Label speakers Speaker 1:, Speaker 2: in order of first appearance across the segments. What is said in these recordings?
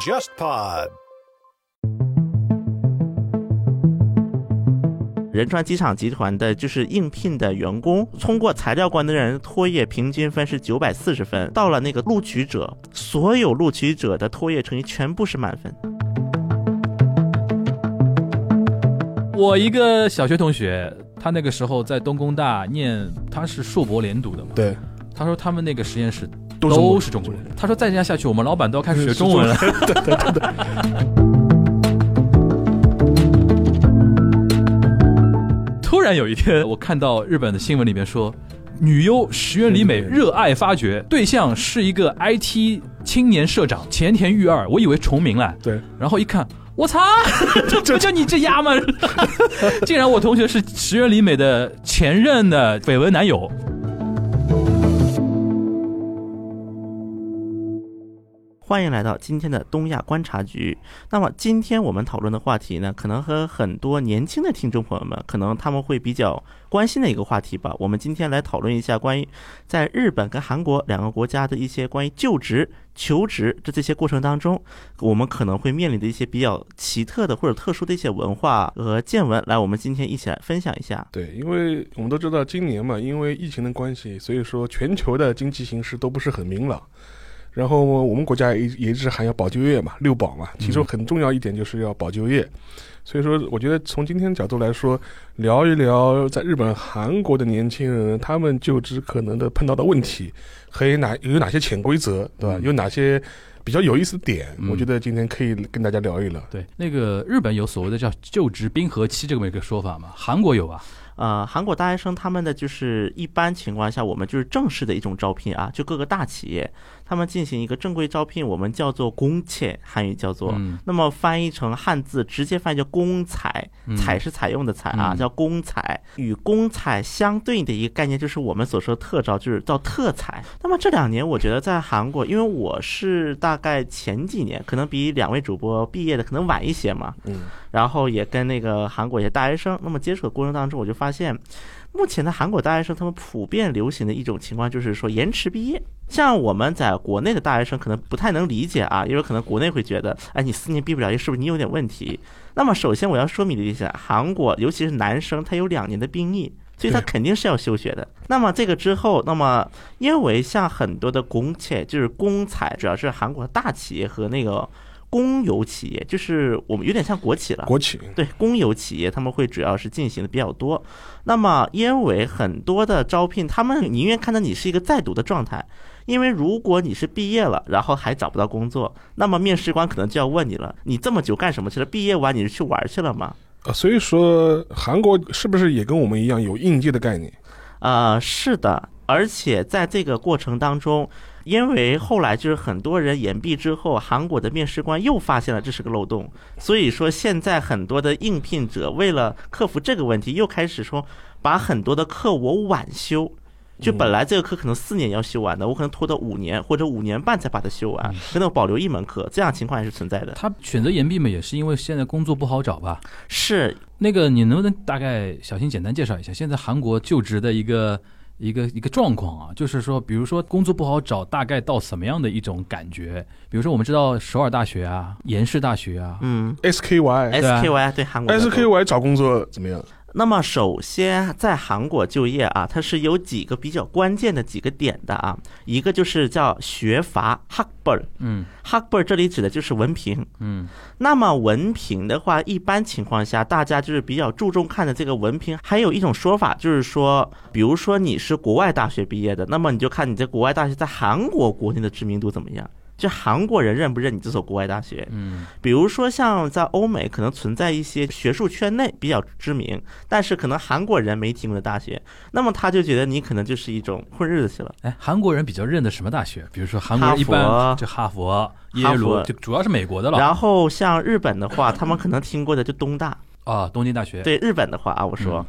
Speaker 1: JustPod。
Speaker 2: 仁川机场集团的就是应聘的员工，通过材料关的人托业平均分是九百四十分，到了那个录取者，所有录取者的托业成绩全部是满分。
Speaker 3: 我一个小学同学，他那个时候在东工大念，他是硕博连读的嘛。
Speaker 4: 对，
Speaker 3: 他说他们那个实验室
Speaker 4: 都是中国
Speaker 3: 都是中国人。他说再这样下去，我们老板都要开始学中文 了。突然有一天，我看到日本的新闻里面说，女优石原里美热爱发掘，对象是一个 IT 青年社长前田裕二，我以为重名了。
Speaker 4: 对，
Speaker 3: 然后一看，我操， 这不就你这丫吗？ 竟然我同学是石原里美的前任的绯闻男友。
Speaker 2: 欢迎来到今天的东亚观察局。那么今天我们讨论的话题呢，可能和很多年轻的听众朋友们，可能他们会比较关心的一个话题吧。我们今天来讨论一下关于在日本跟韩国两个国家的一些关于就职、求职的这些过程当中，我们可能会面临的一些比较奇特的或者特殊的一些文化和见闻。来，我们今天一起来分享一下。
Speaker 4: 对，因为我们都知道，今年嘛，因为疫情的关系，所以说全球的经济形势都不是很明朗。然后我们国家也也一直喊要保就业嘛，六保嘛，其中很重要一点就是要保就业。所以说，我觉得从今天角度来说，聊一聊在日本、韩国的年轻人他们就职可能的碰到的问题，和有哪有哪些潜规则，对吧？有哪些比较有意思的点？
Speaker 3: 嗯
Speaker 4: 我觉得今天可以跟大家聊一聊。
Speaker 3: 对，那个日本有所谓的叫就职冰河期这么一个说法嘛，韩国有啊，
Speaker 2: 呃，韩国大学生他们的就是一般情况下，我们就是正式的一种招聘啊，就各个大企业他们进行一个正规招聘，我们叫做公切，汉语叫做。
Speaker 3: 嗯，
Speaker 2: 那么翻译成汉字，直接翻译叫公采，
Speaker 3: 嗯
Speaker 2: 采是采用的采啊，
Speaker 3: 嗯
Speaker 2: 叫公采。与公采相对应的一个概念就是我们所说的特招，就是叫特采。那么这两年，我觉得在韩国，因为我是大概前几年，可能比两位主播毕业的可能晚一些嘛，
Speaker 4: 嗯，
Speaker 2: 然后也跟那个韩国一些大学生，那么接触的过程当中，我就发现，目前的韩国大学生他们普遍流行的一种情况就是说延迟毕业。像我们在国内的大学生可能不太能理解啊，因为可能国内会觉得，哎，你四年毕不了业，是不是你有点问题？那么首先我要说明一下，韩国尤其是男生，他有两年的兵役。所以他肯定是要休学的。那么这个之后，那么因为像很多的公企，就是公采，主要是韩国大企业和那个公有企业，就是我们有点像国企了。
Speaker 4: 国企，嗯
Speaker 2: 对公有企业，他们会主要是进行的比较多。那么，因为很多的招聘，他们宁愿看到你是一个在读的状态，因为如果你是毕业了，然后还找不到工作，那么面试官可能就要问你了：你这么久干什么去了？毕业完你是去玩去了吗？
Speaker 4: 呃，所以说韩国是不是也跟我们一样有应届的概念？
Speaker 2: 呃，是的，而且在这个过程当中，因为后来就是很多人延毕之后，韩国的面试官又发现了这是个漏洞，所以说现在很多的应聘者为了克服这个问题，又开始说把很多的课我晚修。就本来这个课可能四年要修完的，我可能拖到五年或者五年半才把它修完，可能我保留一门课，这样情况也是存在的。
Speaker 3: 他选择岩壁嘛，也是因为现在工作不好找吧。
Speaker 2: 是
Speaker 3: 那个你能不能大概小心简单介绍一下现在韩国就职的一个一个一个状况啊？就是说，比如说工作不好找，大概到什么样的一种感觉？比如说我们知道首尔大学啊、延世大学啊，
Speaker 2: 嗯
Speaker 4: SKY。
Speaker 3: 啊
Speaker 2: ，SKY 对韩国的
Speaker 4: SKY 找工作怎么样？
Speaker 2: 那么，首先在韩国就业啊，它是有几个比较关键的几个点的啊，一个就是叫学阀 h a k b e r
Speaker 3: 嗯
Speaker 2: h a k b e r 这里指的就是文凭。
Speaker 3: 嗯
Speaker 2: 那么文凭的话，一般情况下，大家就是比较注重看的这个文凭。还有一种说法就是说，比如说你是国外大学毕业的，那么你就看你在国外大学在韩国国内的知名度怎么样，就韩国人认不认你这所国外大学。
Speaker 3: 嗯
Speaker 2: 比如说像在欧美，可能存在一些学术圈内比较知名，但是可能韩国人没听过的大学，那么他就觉得你可能就是一种混日子去了。
Speaker 3: 哎，韩国人比较认的什么大学？比如说韩国人一
Speaker 2: 哈佛
Speaker 3: 般就哈佛、耶鲁，就主要是美国的了
Speaker 2: 然后像日本的话，他们可能听过的就东大，
Speaker 3: 啊，东京大学。
Speaker 2: 对日本的话啊，我说。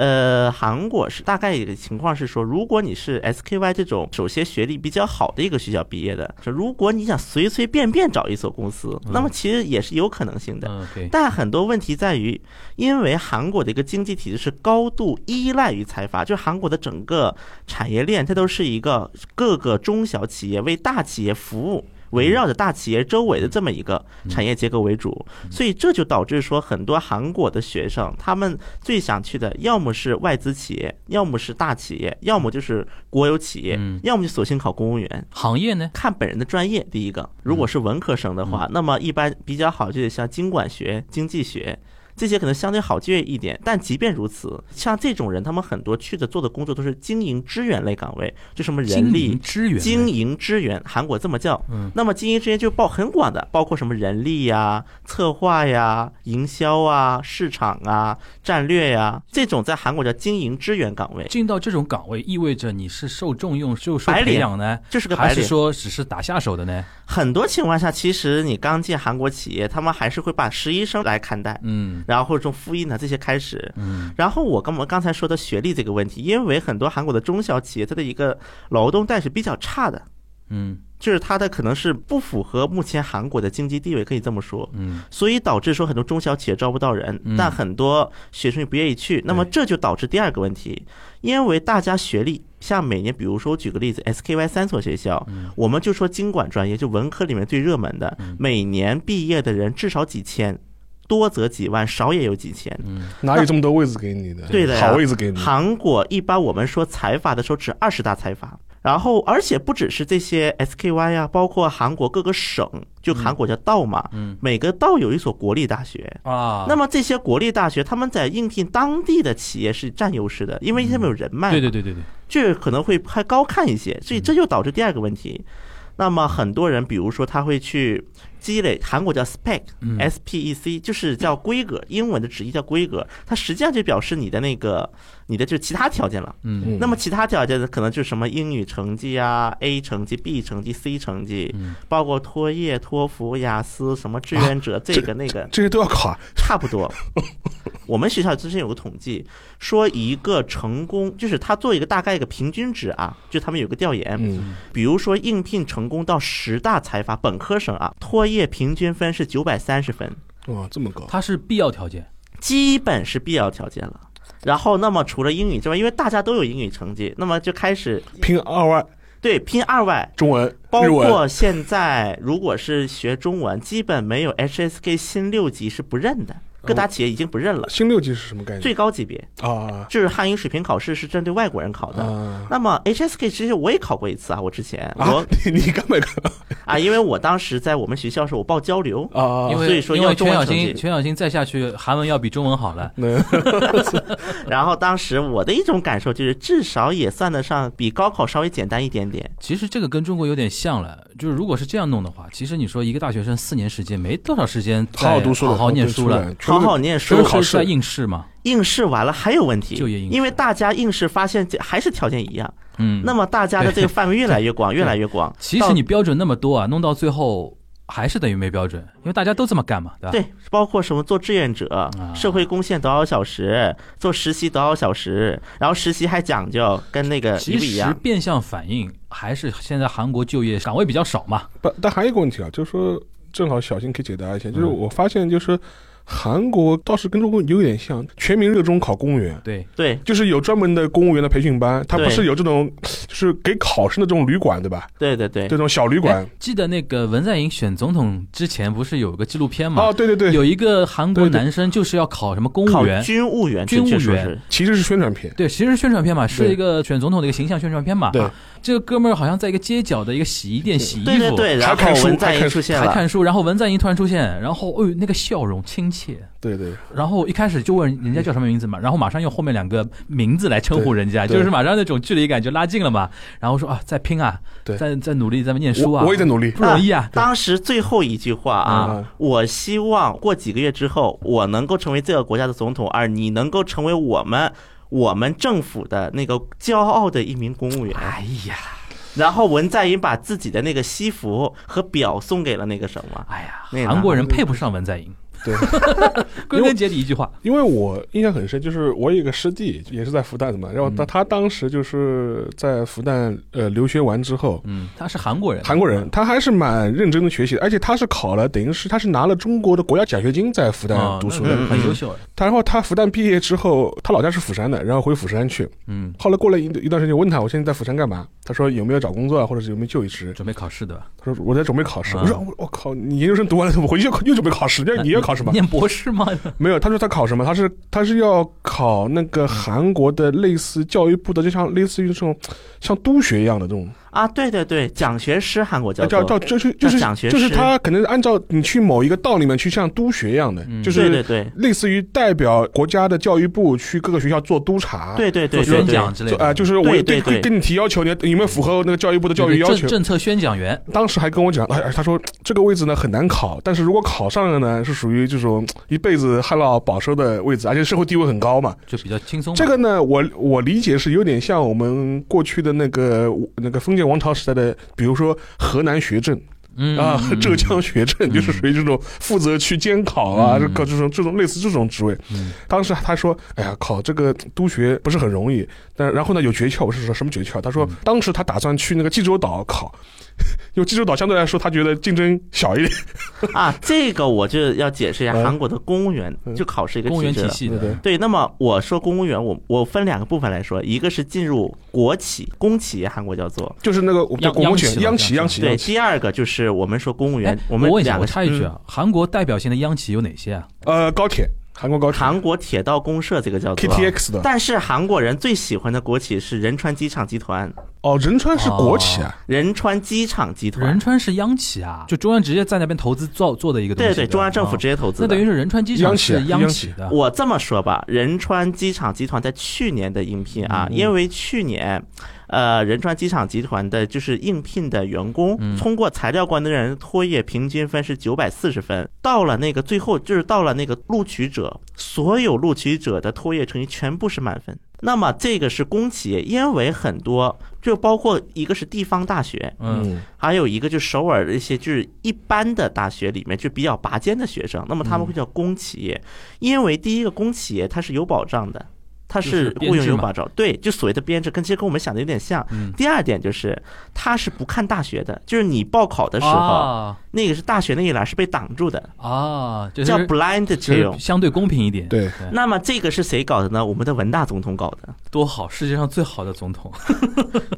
Speaker 2: 呃，韩国是大概一个情况是说，如果你是 SKY 这种首先学历比较好的一个学校毕业的，说如果你想随随便便找一所公司，那么其实也是有可能性的。
Speaker 3: 嗯，OK，
Speaker 2: 但很多问题在于，因为韩国的一个经济体制是高度依赖于财阀，就是韩国的整个产业链，它都是一个各个中小企业为大企业服务。围绕着大企业周围的这么一个
Speaker 3: 嗯
Speaker 2: 产业结构为主，所以这就导致说很多韩国的学生，他们最想去的要么是外资企业，要么是大企业，要么就是国有企业
Speaker 3: 嗯，
Speaker 2: 要么就索性考公务员。
Speaker 3: 行业呢？
Speaker 2: 看本人的专业，第一个，如果是文科生的
Speaker 3: 嗯
Speaker 2: 话，那么一般比较好就得像经管学、经济学。这些可能相对好就业一点，但即便如此，像这种人，他们很多去的做的工作都是经营支援类岗位，就什么人
Speaker 3: 经
Speaker 2: 力
Speaker 3: 营、支援，
Speaker 2: 经营支援，韩国这么叫。
Speaker 3: 嗯
Speaker 2: 那么经营支援就包很广的，包括什么人力呀、策划呀、营销啊、市场啊、战略呀，这种在韩国叫经营支援岗位，
Speaker 3: 进到这种岗位，意味着你是受重用、受受
Speaker 2: 白
Speaker 3: 培
Speaker 2: 领
Speaker 3: 养呢，
Speaker 2: 这是个白
Speaker 3: 还是
Speaker 2: 领。
Speaker 3: 说只是打下手的呢？
Speaker 2: 很多情况下，其实你刚进韩国企业，他们还是会把实习生来看待，
Speaker 3: 嗯
Speaker 2: 然后或者从复印啊这些开始。
Speaker 3: 嗯
Speaker 2: 然后我跟我们刚才说的学历这个问题，因为很多韩国的中小企业，它的一个劳动带是比较差的，
Speaker 3: 嗯
Speaker 2: 就是它的可能是不符合目前韩国的经济地位，可以这么说。
Speaker 3: 嗯，
Speaker 2: 所以导致说很多中小企业招不到人，
Speaker 3: 嗯
Speaker 2: 但很多学生也不愿意去。那么这就导致第二个问题，因为大家学历，像每年，比如说我举个例子，SKY 三所学校，
Speaker 3: 嗯
Speaker 2: 我们就说经管专业，就文科里面最热门的，每年毕业的人至少几千，多则几万，少也有几千。
Speaker 3: 嗯
Speaker 4: 哪有这么多位置给你的？
Speaker 2: 对的呀
Speaker 4: 好位置给你。
Speaker 2: 韩国一般我们说财阀的时候指二十大财阀，然后而且不只是这些 SKY 啊，包括韩国各个省，就韩国叫道嘛，
Speaker 3: 嗯
Speaker 2: 每个道有一所国立大学，
Speaker 3: 啊，
Speaker 2: 那么这些国立大学，他们在应聘当地的企业是占优势的，因为他们有人脉，
Speaker 3: 嗯对嗯对，对对对，
Speaker 2: 这可能会还高看一些，所以这就导致第二个问题。那么很多人，比如说他会去积累，韩国叫
Speaker 3: 嗯
Speaker 2: spec，S、P E C，就是叫规格，英文的直译叫规格，它实际上就表示你的那个你的就是其他条件了。
Speaker 3: 嗯
Speaker 4: 嗯
Speaker 2: 那么其他条件呢，可能就是什么英语成绩啊、A 成绩、B 成绩、C 成绩，
Speaker 3: 嗯
Speaker 2: 包括托业、托福、雅思什么志愿
Speaker 3: 啊
Speaker 2: 者，这个那个，
Speaker 4: 这些都要考啊，
Speaker 2: 差不多。 我们学校之前有个统计，说一个成功，就是他做一个大概一个平均值啊，就他们有个调研，
Speaker 4: 嗯，
Speaker 2: 比如说应聘成功到十大财阀本科生啊，托业平均分是九百三十分，
Speaker 4: 嗯哇，这么高，
Speaker 3: 它是必要条件，
Speaker 2: 基本是必要条件了。然后，那么除了英语之外，因为大家都有英语成绩，那么就开始
Speaker 4: 拼二外
Speaker 2: 对拼二外，
Speaker 4: 中文、
Speaker 2: 包
Speaker 4: 日文，
Speaker 2: 括现在如果是学中文，基本没有 HSK 新六级是不认的，各大企业已经不认了，
Speaker 4: 新六级是什么概念？
Speaker 2: 最高级别。
Speaker 4: 啊
Speaker 2: 就是汉英水平考试是针对外国人考的。
Speaker 3: 嗯
Speaker 4: 啊
Speaker 2: 那么 HSK 其实我也考过一次啊，我之前
Speaker 4: 啊
Speaker 2: 我！
Speaker 4: 你你干嘛干嘛
Speaker 2: 啊，因为我当时在我们学校时候我报交流，
Speaker 4: 啊
Speaker 3: 因？为
Speaker 2: 哦所以说
Speaker 3: 因
Speaker 2: 要
Speaker 3: 为
Speaker 2: 中
Speaker 3: 全
Speaker 2: 文
Speaker 3: 小
Speaker 2: 成绩
Speaker 3: 新全小新再下去，韩文要比中文好了。
Speaker 4: 那
Speaker 2: 然后当时我的一种感受就是，至少也算得上比高考稍微简单一点点。
Speaker 3: 其实这个跟中国有点像了，就是如果是这样弄的话，其实你说一个大学生四年时间没多少时间
Speaker 4: 好好读书
Speaker 3: 好
Speaker 4: 了，哦
Speaker 3: 好念书了，，
Speaker 2: 好好念
Speaker 4: 除
Speaker 2: 书
Speaker 4: 了，
Speaker 3: 都
Speaker 4: 考
Speaker 3: 是在
Speaker 4: 试，
Speaker 3: 应试嘛。
Speaker 2: 应试完了还有问题，
Speaker 3: 就业应试
Speaker 2: 因为大家应试发现这还是条件一样，
Speaker 3: 嗯，
Speaker 2: 那么大家的这个范围越来越 广，越来越广。
Speaker 3: 其实你标准那么多啊，弄到最后还是等于没标准，因为大家都这么干嘛，对吧？
Speaker 2: 对，包括什么做志愿者、
Speaker 3: 啊
Speaker 2: 社会贡献多少小时、做实习多少小时，然后实习还讲究，跟那个一
Speaker 3: 其
Speaker 2: 不一
Speaker 3: 实
Speaker 2: 样。
Speaker 3: 变相反映还是现在韩国就业岗位比较少嘛。
Speaker 4: 不，但还有一个问题啊，就是说，正好小新可以解答一下，
Speaker 3: 嗯
Speaker 4: 就是我发现就是韩国倒是跟中国有点像，全民热衷考公务员。
Speaker 3: 对，
Speaker 2: 对
Speaker 4: 就是有专门的公务员的培训班，它不
Speaker 2: 对
Speaker 4: 是有这种，就是给考生的这种旅馆，对吧？
Speaker 2: 对对对
Speaker 4: 这，种小旅馆
Speaker 3: 哎。记得那个文在寅选总统之前不是有个纪录片嘛？
Speaker 4: 哦，对对对，
Speaker 3: 哎有一个韩国
Speaker 4: 对对
Speaker 3: 男生就是要考什么公
Speaker 2: 考
Speaker 3: 务员，
Speaker 2: 军务员，
Speaker 3: 军务
Speaker 2: 准确说
Speaker 3: 员
Speaker 2: 是
Speaker 4: 其实是宣传片。
Speaker 3: 对，其实是宣传片嘛，是
Speaker 4: 对
Speaker 3: 一个选总统的一个形象宣传片嘛。
Speaker 4: 对
Speaker 3: 啊，这个哥们儿好像在一个街角的一个洗衣店洗衣服，
Speaker 2: 对对对，
Speaker 4: 还
Speaker 2: 然
Speaker 4: 看
Speaker 2: 后
Speaker 4: 书
Speaker 2: 文在
Speaker 4: 还看
Speaker 2: 寅
Speaker 4: 书
Speaker 2: 出现
Speaker 3: 还
Speaker 2: 了，
Speaker 3: 看书，然后文在寅突然出现，然后哎呦那个笑容亲切，
Speaker 4: 对对，
Speaker 3: 然后一开始就问人家叫什么名字嘛，然后马上用后面两个名字来称呼人家，
Speaker 4: 对
Speaker 3: 就是马上那种距离感就拉近了嘛。然后说啊，在拼啊，
Speaker 4: 对
Speaker 3: 在在努力，在念书啊，
Speaker 4: 我我也在努力。
Speaker 3: 不容易啊。
Speaker 2: 当时最后一句话
Speaker 4: 嗯
Speaker 2: 啊，我希望过几个月之后，我能够成为这个国家的总统，而你能够成为我们我们政府的那个骄傲的一名公务员。
Speaker 3: 哎呀，
Speaker 2: 然后文在寅把自己的那个西服和表送给了那个什么，
Speaker 3: 哎呀，
Speaker 2: 那个
Speaker 3: 韩国人配不上文在寅，
Speaker 4: 啊对，
Speaker 3: 归根结底一句话，
Speaker 4: 因为我印象很深，就是我有一个师弟也是在复旦的嘛，然后他
Speaker 3: 嗯
Speaker 4: 他当时就是在复旦呃留学完之后，
Speaker 3: 嗯，他是韩国人，
Speaker 4: 韩国人，他还是蛮认真的学习的，而且他是考了，等于是他是拿了中国的国家奖学金在复
Speaker 3: 啊
Speaker 4: 旦，读书
Speaker 3: 那
Speaker 4: 的。嗯
Speaker 3: 个很优秀的，
Speaker 4: 他然后他复旦毕业之后，他老家是釜山的，然后回釜山去。
Speaker 3: 嗯，
Speaker 4: 后来过了一一段时间，我问他我现在在釜山干嘛？他说有没有找工作啊，或者是有没有就一职？
Speaker 3: 准备考试的吧，
Speaker 4: 他说我在准备考试。
Speaker 3: 啊
Speaker 4: 我说我我靠，你研究生读完了，怎么回去又又准备考试？你要你要考什么？
Speaker 3: 念博士吗？
Speaker 4: 没有，他说他考什么？他是他是要考那个韩国的类似教育部的，就像类似于这种像督学一样的这种，
Speaker 2: 啊，对对对，讲学师韩国叫
Speaker 4: 哎叫
Speaker 2: 做
Speaker 4: 叫就是就是
Speaker 2: 叫讲学
Speaker 4: 就是
Speaker 2: 师
Speaker 4: 他可能按照你去某一个道里面去像督学一样的，
Speaker 3: 嗯
Speaker 4: 就
Speaker 2: 对对
Speaker 4: 是
Speaker 2: 对
Speaker 4: 类似于代表国家的教育部去各个学校做督查，
Speaker 2: 对对对
Speaker 3: 做
Speaker 2: 对
Speaker 3: 宣
Speaker 2: 对
Speaker 3: 讲，之类
Speaker 4: 啊、
Speaker 3: 的，
Speaker 4: 就是我
Speaker 2: 对对
Speaker 4: 对
Speaker 2: 对
Speaker 4: 跟你提要求，你有没有符合那个教育部的教育要求
Speaker 3: 政？政策宣讲员，
Speaker 4: 当时还跟我讲，哎，哎他说这个位置呢很难考，但是如果考上了呢，是属于这种一辈子旱涝保收的位置，而且社会地位很高
Speaker 2: 嗯
Speaker 4: 嘛。
Speaker 3: 就比较轻松嘛。
Speaker 4: 这个呢，我我理解是有点像我们过去的那个那个封建王朝时代的，比如说河南学政
Speaker 3: 嗯
Speaker 4: 啊、
Speaker 3: 嗯
Speaker 4: 浙江学政，
Speaker 3: 嗯
Speaker 4: 就是属于这种负责去监考啊，
Speaker 3: 嗯
Speaker 4: 这搞这种这种类似这种职位。
Speaker 3: 嗯
Speaker 4: 当时他说：“哎呀，考这个督学不是很容易。”但然后呢，有诀窍。我是说什么诀窍？他说
Speaker 3: 嗯
Speaker 4: 当时他打算去那个济州岛考， 因为济州岛相对来说他觉得竞争小一点。
Speaker 2: 啊，这个我就要解释一下，
Speaker 4: 嗯
Speaker 2: 韩国的公务员
Speaker 4: 嗯
Speaker 2: 就考试一个
Speaker 3: 公务员
Speaker 2: 体制
Speaker 3: 体
Speaker 2: 了。
Speaker 3: 系
Speaker 4: 对
Speaker 3: 的
Speaker 4: 对，
Speaker 2: 对，那么我说公务员，我我分两个部分来说，一个是进入国企、公企业，韩国叫做
Speaker 4: 就是那个我
Speaker 3: 央
Speaker 4: 国母犬
Speaker 3: 央
Speaker 4: 央
Speaker 3: 企
Speaker 4: 企
Speaker 3: 嘛
Speaker 4: 央企
Speaker 2: 对，
Speaker 4: 央企。
Speaker 2: 第二个就是我们说公务员
Speaker 3: 哎，
Speaker 2: 们
Speaker 3: 问一下，
Speaker 2: 两
Speaker 3: 我
Speaker 2: 个
Speaker 3: 插一句
Speaker 2: 嗯
Speaker 3: 啊，韩国代表性的央企有哪些啊？
Speaker 4: 呃，高铁，韩国高铁
Speaker 2: 嗯韩国铁道公社这个叫做。
Speaker 4: KTX 的
Speaker 2: 但是韩国人最喜欢的国企是仁川机场集团，
Speaker 4: 哦，仁川是国企啊，
Speaker 2: 仁川机场集团
Speaker 3: 仁，川是央企啊，就中央直接在那边投资做做的一个东西
Speaker 2: 对对，
Speaker 3: 的。
Speaker 2: 中央政府直
Speaker 3: 接。
Speaker 2: 接投资
Speaker 3: 哦那
Speaker 2: 的
Speaker 3: 等于。是仁川机
Speaker 4: 央
Speaker 3: 场
Speaker 4: 企啊
Speaker 3: 是央
Speaker 4: 央
Speaker 3: 企
Speaker 4: 企
Speaker 3: 的，
Speaker 2: 我这么说吧，仁川机场集团在去年的应聘啊，因为去年，呃，仁川机场集团的就是应聘的员工，通过材料关的人托业平均分是九百四十分，到了那个最后就是到了那个录取者，所有录取者的托业成绩全部是满分。那么这个是公企业，因为很多就包括一个是地方大学，
Speaker 3: 嗯，
Speaker 2: 还有一个就是首尔的一些就是一般的大学里面就比较拔尖的学生，那么他们会叫
Speaker 3: 嗯
Speaker 2: 公企业，因为第一个公企业它是有保障的，它
Speaker 3: 就是
Speaker 2: 是
Speaker 3: 编
Speaker 2: 雇佣
Speaker 3: 制
Speaker 2: 有
Speaker 3: 嘛
Speaker 2: 保障，对，就所谓的编制跟其实跟我们想的有点像。
Speaker 3: 嗯
Speaker 2: 第二点就是它是不看大学的，就是你报考的时候，
Speaker 3: 啊
Speaker 2: 那个是大学那一栏是被挡住的，
Speaker 3: 啊，就
Speaker 2: 叫
Speaker 3: 是
Speaker 2: blind
Speaker 3: 就
Speaker 2: jail
Speaker 3: 是。相对公平一点，
Speaker 4: 对，
Speaker 2: 那么这个是谁搞的呢？我们的文大总统搞的。
Speaker 3: 多好，世界上最好的总统。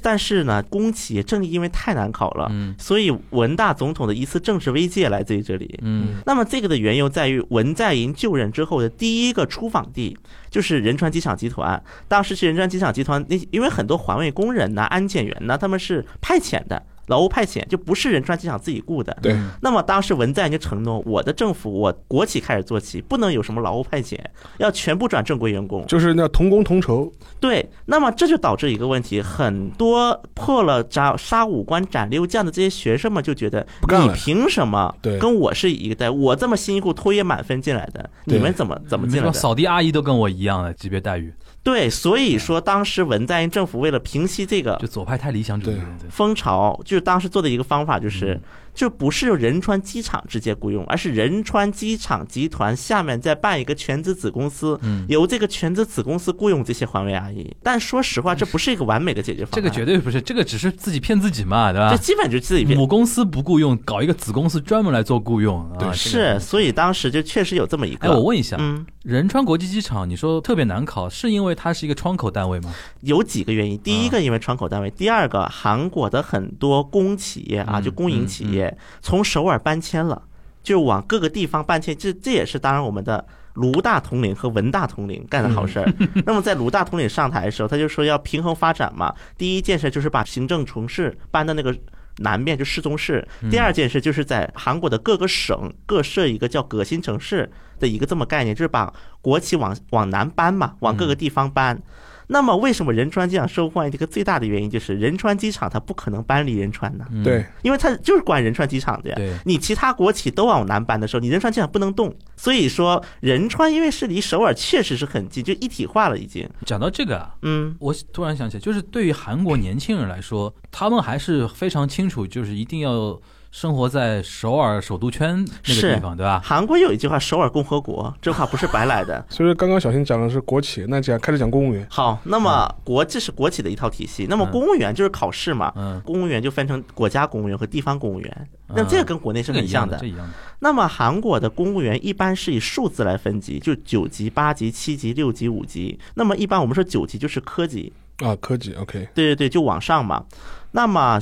Speaker 2: 但是呢，公企业正因为太难考了，
Speaker 3: 嗯
Speaker 2: 所以文大总统的一次政治威戒来自于这里。
Speaker 3: 嗯
Speaker 2: 那么这个的缘由在于文在寅就任之后的第一个出访地就是仁川机场集团。当时去仁川机场集团，那因为很多环卫工人呐、安检员呐、他们是派遣的。劳务派遣就不是仁川机场自己雇的，
Speaker 4: 对。
Speaker 2: 那么当时文在寅就承诺，我的政府，我国企开始做起，不能有什么劳务派遣，要全部转正规员工。
Speaker 4: 就是那同工同酬，
Speaker 2: 对，那么这就导致一个问题，很多破了斩杀五官、斩六将的这些学生们就觉得，
Speaker 4: 不干
Speaker 2: 你
Speaker 4: 了
Speaker 2: 凭什么
Speaker 4: 对
Speaker 2: 跟我是一个代？我这么辛苦拖夜满分进来的，
Speaker 4: 对
Speaker 2: 你们怎么怎么
Speaker 3: 你
Speaker 2: 进来
Speaker 3: 说
Speaker 2: 的？
Speaker 3: 扫地阿姨都跟我一样的级别待遇，
Speaker 2: 对，所以说当时文在寅政府为了平息这个
Speaker 3: 就左派太理想主义
Speaker 4: 对
Speaker 3: 了。对
Speaker 2: 风潮，就是当时做的一个方法就是
Speaker 3: 嗯，
Speaker 2: 就不是仁川机场直接雇佣，而是仁川机场集团下面再办一个全资子公司。
Speaker 3: 嗯，
Speaker 2: 由这个全资子公司雇佣这些环卫阿姨，但说实话，这不是一个完美的解决方案。
Speaker 3: 这个绝对不是，这个只是自己骗自己嘛，对吧
Speaker 2: 这？基本就是自己编。
Speaker 3: 母公司不雇佣，搞一个子公司专门来做雇佣啊。这个
Speaker 2: 是，所以当时就确实有这么一个。
Speaker 3: 哎，我问一下，
Speaker 2: 嗯，
Speaker 3: 仁川国际机场，你说特别难考，是因为它是一个窗口单位吗？
Speaker 2: 有几个原因。第一个，因为窗口单位；第二个，韩国的很多公企业啊，
Speaker 3: 嗯
Speaker 2: 就公营企业从首尔搬迁了，就往各个地方搬迁。这这也是当然我们的。卢大统领和文大统领干的好 事儿。那么在卢大统领上台的时候，他就说要平衡发展嘛。第一件事就是把行政城市搬到那个南面，就市中市。
Speaker 3: 嗯
Speaker 2: 第二件事就是在韩国的各个省各设一个叫革新城市的一个这么概念，就是把国企往往南搬
Speaker 3: 嗯
Speaker 2: 嘛，往各个地方搬。那么为什么仁川机场受欢迎？这个最大的原因就是仁川机场它不可能搬离仁川呢，
Speaker 3: 嗯
Speaker 4: 对，。
Speaker 2: 因为它就是管仁川机场的呀。
Speaker 3: 对，
Speaker 2: 你其他国企都往南搬的时候，你仁川机场不能动。所以说，仁川因为是离首尔确实是很近，就一体化了已经。
Speaker 3: 讲到这个啊，
Speaker 2: 嗯，
Speaker 3: 我突然想起来，就是对于韩国年轻人来说，他们还是非常清楚，就是一定要生活在首尔首都圈那个
Speaker 2: 是
Speaker 3: 地方，对吧？
Speaker 2: 韩国有一句话“首尔共和国”，这话不是白来 的
Speaker 4: 所以说刚刚小新讲的是国企，那讲开始讲公务员，
Speaker 2: 好，那么国这是国企的一套体系，那么公务员就是考试嘛，
Speaker 3: 嗯，
Speaker 2: 公务员就分成国家公务员和地方公务员，那这个跟国内是
Speaker 3: 这
Speaker 2: 很
Speaker 3: 一
Speaker 2: 像
Speaker 3: 样
Speaker 2: 的
Speaker 3: 嗯这。一样的。
Speaker 2: 那么韩国的公务员一般是以数字来分级，就九级、八级、七级、六级、五级。那么一般我们说九级就是科级，
Speaker 4: 啊，科技 OK，
Speaker 2: 对对对，就往上嘛。那么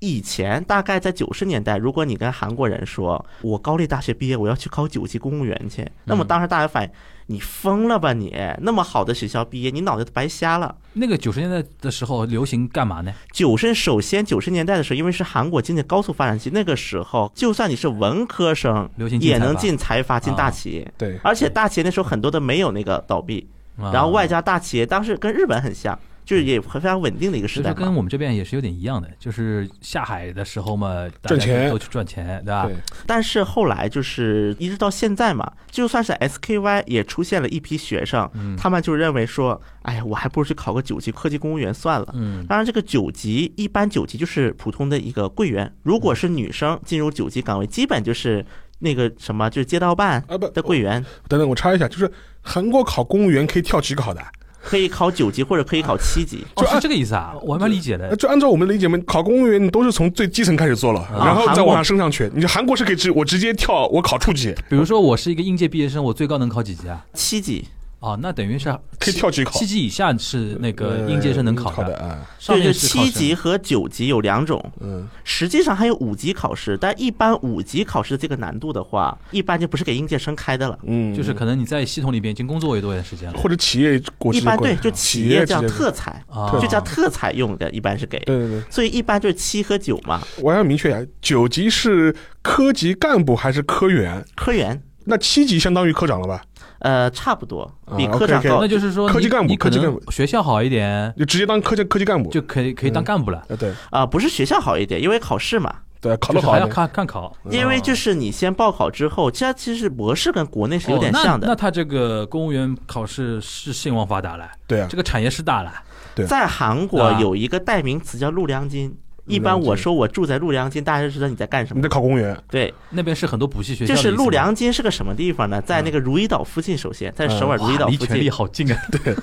Speaker 2: 以前大概在九十年代，如果你跟韩国人说我高丽大学毕业，我要去考九级公务员去，那么当时大家反应你疯了吧你？那么好的学校毕业，你脑袋都白瞎了。
Speaker 3: 那个九十年代的时候流行干嘛呢？
Speaker 2: 九十首先九十年代的时候，因为是韩国经济高速发展期，那个时候就算你是文科生
Speaker 3: 流行进
Speaker 2: 也
Speaker 3: 财阀
Speaker 2: 能进财阀、进大
Speaker 3: 啊
Speaker 2: 企业。
Speaker 4: 对，
Speaker 2: 而且大企业那时候很多的没有那个倒闭，
Speaker 3: 啊
Speaker 2: 然后外加大企业当时跟日本很像，就是也非常稳定的一个
Speaker 3: 其
Speaker 2: 时代
Speaker 3: 实
Speaker 2: 嘛。
Speaker 3: 跟我们这边也是有点一样的，就是下海的时候嘛，大家
Speaker 4: 赚钱
Speaker 3: 都去赚钱，对吧？
Speaker 4: 对
Speaker 2: 但是后来就是一直到现在嘛，就算是 SKY 也出现了一批学生，
Speaker 3: 嗯
Speaker 2: 他们就认为说，哎呀，我还不如去考个九级科级公务员算了。
Speaker 3: 嗯，
Speaker 2: 当然，这个九级一般九级就是普通的一个柜员，如果是女生进入九级岗位，基本就是那个什么，就是街道办
Speaker 4: 啊不
Speaker 2: 的柜员，
Speaker 3: 哦
Speaker 4: 等等，我插一下，就是韩国考公务员可以跳级考的，啊
Speaker 2: 可以考九级或者可以考七级。
Speaker 3: 哦，
Speaker 4: 就是
Speaker 3: 这个意思
Speaker 2: 呃
Speaker 3: 啊，我还蛮理解
Speaker 4: 那
Speaker 3: 的。
Speaker 4: 就按照我们的理解嘛，考公务员你都是从最基层开始做了，
Speaker 3: 啊
Speaker 4: 然后再
Speaker 2: 韩国
Speaker 4: 往上升上去。你韩国是可以直我直接跳，我考处级，
Speaker 3: 比如说我是一个应届毕业生，我最高能考几级啊？
Speaker 2: 七级，
Speaker 3: 哦，那等于是
Speaker 4: 可以跳级考
Speaker 3: 七级以下是那个
Speaker 4: 呃
Speaker 3: 应届生能考
Speaker 4: 考的，啊，
Speaker 3: 上
Speaker 2: 对，就
Speaker 3: 面是考
Speaker 2: 七
Speaker 3: 生
Speaker 2: 级和九级有两种，
Speaker 4: 嗯，
Speaker 2: 实际上还有五级考试，但一般五级考试的这个难度的话，一般就不是给应届生开的了。
Speaker 4: 嗯，
Speaker 3: 就是可能你在系统里边已经工作也多一段时间了
Speaker 4: 或者企业国
Speaker 2: 一
Speaker 4: 际
Speaker 2: 般对，就
Speaker 4: 企
Speaker 2: 企业
Speaker 4: 之
Speaker 2: 叫
Speaker 4: 类的
Speaker 2: 特采，
Speaker 3: 啊，
Speaker 2: 就叫特采用的，一般是给。
Speaker 4: 对对对，
Speaker 2: 所以一般就是七和九嘛，
Speaker 4: 我要明确啊，九级是科级干部还是科员？
Speaker 2: 科员
Speaker 4: 那七级相当于科长了吧？
Speaker 2: 呃差不多，比
Speaker 4: 啊
Speaker 2: 科长
Speaker 4: OK，OK
Speaker 2: 高。
Speaker 3: 那就是说
Speaker 4: 科技
Speaker 3: 你
Speaker 4: 干部
Speaker 3: 你可
Speaker 4: 科技
Speaker 3: 能
Speaker 4: 干
Speaker 3: 学校好一点
Speaker 4: 就直接当科级科级干部。
Speaker 3: 就可以可以当干部了，
Speaker 4: 啊，对
Speaker 2: 啊、不是学校好一点，因为考试嘛。
Speaker 4: 对，考
Speaker 3: 就
Speaker 4: 得
Speaker 3: 是
Speaker 4: 好
Speaker 3: 还要
Speaker 4: 的，
Speaker 3: 看看考。
Speaker 4: 嗯
Speaker 3: 啊
Speaker 2: 因为就是你先报考之后，其实其实博士跟国内是有点
Speaker 3: 哦
Speaker 2: 像的。
Speaker 3: 那那他这个公务员考试是兴旺发达了，
Speaker 4: 对
Speaker 2: 嗯
Speaker 4: 啊
Speaker 3: 这，个产业是大了。
Speaker 4: 对
Speaker 2: 在韩国
Speaker 3: 啊
Speaker 2: 有一个代名词叫陆良金，一般
Speaker 4: 陆良金嗯
Speaker 2: 我说我住在陆良金，大家就知道你在干什
Speaker 4: 你
Speaker 2: 么。
Speaker 4: 得考公务员，
Speaker 2: 对，
Speaker 3: 那边是很多补习学
Speaker 2: 就
Speaker 3: 校的意思
Speaker 2: 是
Speaker 3: 吗，
Speaker 2: 陆良金是个什么地方呢？在
Speaker 4: 嗯
Speaker 2: 那个如意岛附近，首先在首尔如意
Speaker 3: 嗯哇，
Speaker 2: 岛
Speaker 3: 离
Speaker 2: 附
Speaker 3: 权力
Speaker 2: 近，
Speaker 3: 好近啊！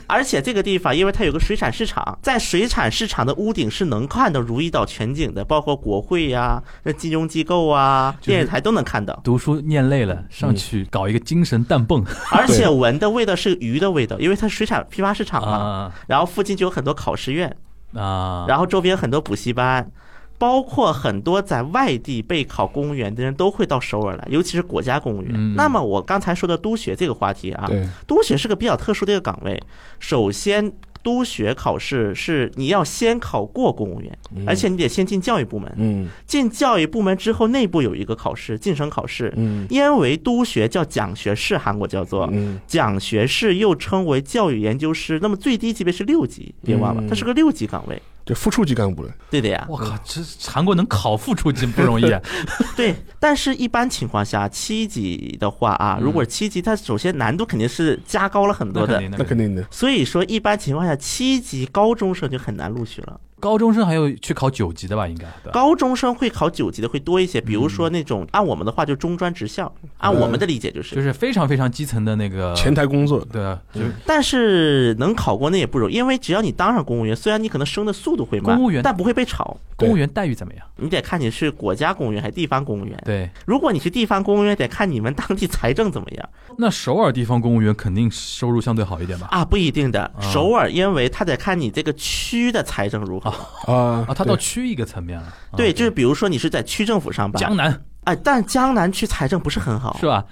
Speaker 2: 而且这个地方因为它有个水产市场，在水产市场的屋顶是能看到如意岛全景的，包括国会呀、那金融机构啊、
Speaker 3: 就是
Speaker 2: 电视台都能看到，
Speaker 3: 读书念累了，上去搞一个精神氮泵
Speaker 2: 而且闻的味道是鱼的味道，因为它水产批发市场嘛。
Speaker 3: 啊
Speaker 2: 然后附近就有很多考试院，
Speaker 3: 啊！
Speaker 2: 然后周边有很多补习班，包括很多在外地备考公务员的人都会到首尔来，尤其是国家公务员。
Speaker 3: 嗯
Speaker 2: 那么我刚才说的督学这个话题啊，
Speaker 4: 对，
Speaker 2: 督学是个比较特殊的一个岗位。首先，督学考试是你要先考过公务员，而且你得先进教育部门。
Speaker 4: 嗯
Speaker 2: 进教育部门之后，内部有一个考试，晋升考试。
Speaker 4: 嗯
Speaker 2: 因为督学叫讲学士，韩国叫
Speaker 3: 啊
Speaker 2: 做。
Speaker 4: 嗯，
Speaker 2: 讲学士又称为教育研究师，那么最低级别是六级，别忘了，
Speaker 4: 嗯
Speaker 2: 它是个六级岗位。
Speaker 4: 就副处级干部了，
Speaker 2: 对的呀，
Speaker 3: 我靠，这韩国能考副处级不 容易啊！
Speaker 2: 对，但是一般情况下，七级的话
Speaker 4: 嗯
Speaker 2: 啊，如果是七级，它首先难度肯定是加高了很多
Speaker 3: 那肯
Speaker 2: 的
Speaker 3: 定，的，
Speaker 4: 那肯定的。
Speaker 2: 所以说一般情况下，七级高中生就很难录取了。
Speaker 3: 高中生还有去考九级的吧？应该对吧
Speaker 2: 高中生会考九级的会多一些，比如说那种按我们的话就中专职校，
Speaker 3: 嗯
Speaker 2: 按我们的理解就。
Speaker 3: 就是是非常非常基层的那个
Speaker 4: 前台工作，
Speaker 3: 对啊，就是
Speaker 2: 但是能考过那也不容易，因为只要你当上公务员，虽然你可能升的速度会慢，
Speaker 3: 公务员
Speaker 2: 但不会被炒。
Speaker 4: 对
Speaker 3: 公务员待遇怎么样？
Speaker 2: 你得看你是国家公务员还是地方公务员。
Speaker 3: 对，
Speaker 2: 如果你是地方公务员，得看你们当地财政怎么样。
Speaker 3: 那首尔地方公务员肯定收入相对好一点吧？
Speaker 2: 啊，不一定的。
Speaker 3: 啊
Speaker 2: 首尔，因为它得看你这个区的财政如何。
Speaker 4: 啊
Speaker 3: 啊，他到区一个层面了。啊
Speaker 2: 对，就是比如说你是在区政府上班，
Speaker 3: 江南
Speaker 2: 哎，但江南区财政不是很好
Speaker 3: 是。吧？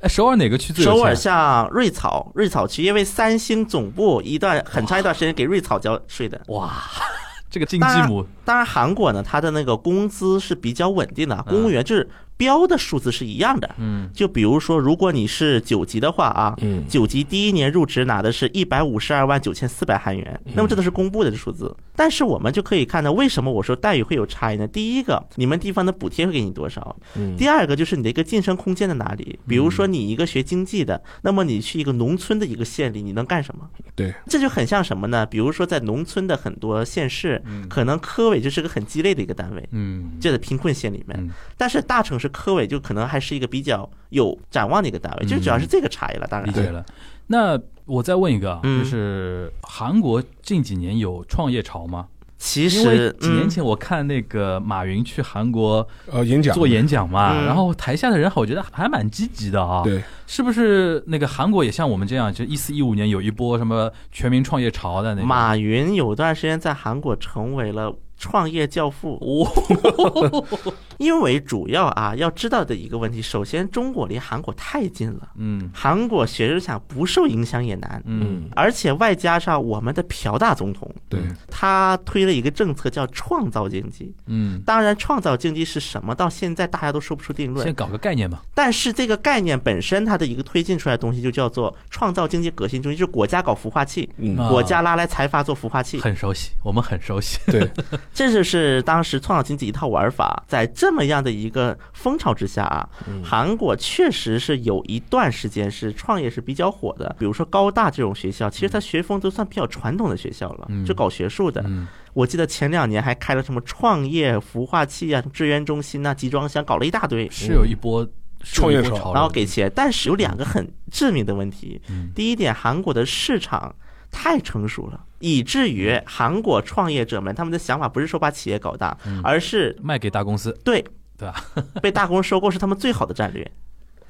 Speaker 3: 哎，首尔哪个区最有
Speaker 2: 首尔
Speaker 3: 钱
Speaker 2: 像瑞草，瑞草区，因为三星总部一段很长一段时间给瑞草交税的。
Speaker 3: 哇， 这个金鸡母
Speaker 2: 当然，韩国呢，它的那个工资是比较稳定的，公务员就是标的数字是一样的。
Speaker 3: 嗯，
Speaker 2: 就比如说，如果你是九级的话啊，
Speaker 4: 嗯
Speaker 2: 九级第一年入职拿的是一百五十二万九千四百韩元，
Speaker 3: 嗯
Speaker 2: 那么这都是公布的数字。但是我们就可以看到，为什么我说待遇会有差异呢？第一个，你们地方的补贴会给你多少？
Speaker 4: 嗯
Speaker 2: 第二个就是你的一个晋升空间在哪里？比如
Speaker 3: 嗯
Speaker 2: 说你一个学经济的，那么你去一个农村的一个县里，你能干什么？
Speaker 4: 对，
Speaker 2: 这就很像什么呢？比如说在农村的很多县市，可能科委就是个很鸡肋的一个单位，
Speaker 3: 嗯，
Speaker 2: 就在贫困县里面。
Speaker 3: 嗯
Speaker 2: 但是大城市科委就可能还是一个比较有展望的一个单位，就主要是这个差异了。当然，
Speaker 3: 嗯理解了。那我再问一个啊，
Speaker 2: 嗯
Speaker 3: 就是韩国近几年有创业潮吗？
Speaker 2: 其
Speaker 3: 因为
Speaker 2: 实嗯
Speaker 3: 几年前我看那个马云去韩国
Speaker 4: 呃，演讲
Speaker 3: 做演讲嘛，
Speaker 2: 嗯
Speaker 3: 然后台下的人我觉得还蛮积极的啊。
Speaker 4: 对，
Speaker 3: 是不是那个韩国也像我们这样，就一四一五年有一波什么全民创业潮的那
Speaker 2: 嗯
Speaker 3: 个？
Speaker 2: 马云有段时间在韩国成为了创业教父。哦 因为主要啊，要知道的一个问题，首先中国离韩国太近了，
Speaker 3: 嗯
Speaker 2: 韩国学生想不受影响也难。
Speaker 3: 嗯，
Speaker 2: 而且外加上我们的朴大总统，
Speaker 4: 对，
Speaker 2: 他推了一个政策叫创造经济。
Speaker 3: 嗯，
Speaker 2: 当然，创造经济是什么，到现在大家都说不出定论
Speaker 3: 先。搞个概念吧。
Speaker 2: 但是这个概念本身，它的一个推进出来的东西就叫做创造经济革新中心，就是国家搞孵化器，
Speaker 4: 嗯
Speaker 3: 啊
Speaker 2: 国家拉来财阀做孵化器，
Speaker 3: 很熟悉，我们很熟悉。
Speaker 4: 对，
Speaker 2: 这就是当时创造经济一套玩法。在这么样的一个风潮之下啊，
Speaker 3: 嗯
Speaker 2: 韩国确实是有一段时间是创业是比较火的，比如说高大这种学校，其实它学风都算比较传统的学校了，就搞学术的。
Speaker 3: 嗯嗯
Speaker 2: 我记得前两年还开了什么创业孵化器啊、志愿中心啊、集装箱，搞了一大堆。
Speaker 3: 是有一波
Speaker 4: 嗯创业
Speaker 3: 是有一波
Speaker 4: 潮
Speaker 3: 潮
Speaker 2: 然后
Speaker 3: 流
Speaker 2: 给钱，但是有两个很致命的问题。
Speaker 3: 嗯
Speaker 2: 第一点，韩国的市场太成熟了，以至于
Speaker 3: 嗯
Speaker 2: 韩国创业者们他们的想法不是说把企业搞大，而是
Speaker 3: 卖给大公司，
Speaker 2: 对
Speaker 3: 嗯对啊吧？
Speaker 2: 被大公司收购是他们最好的战略。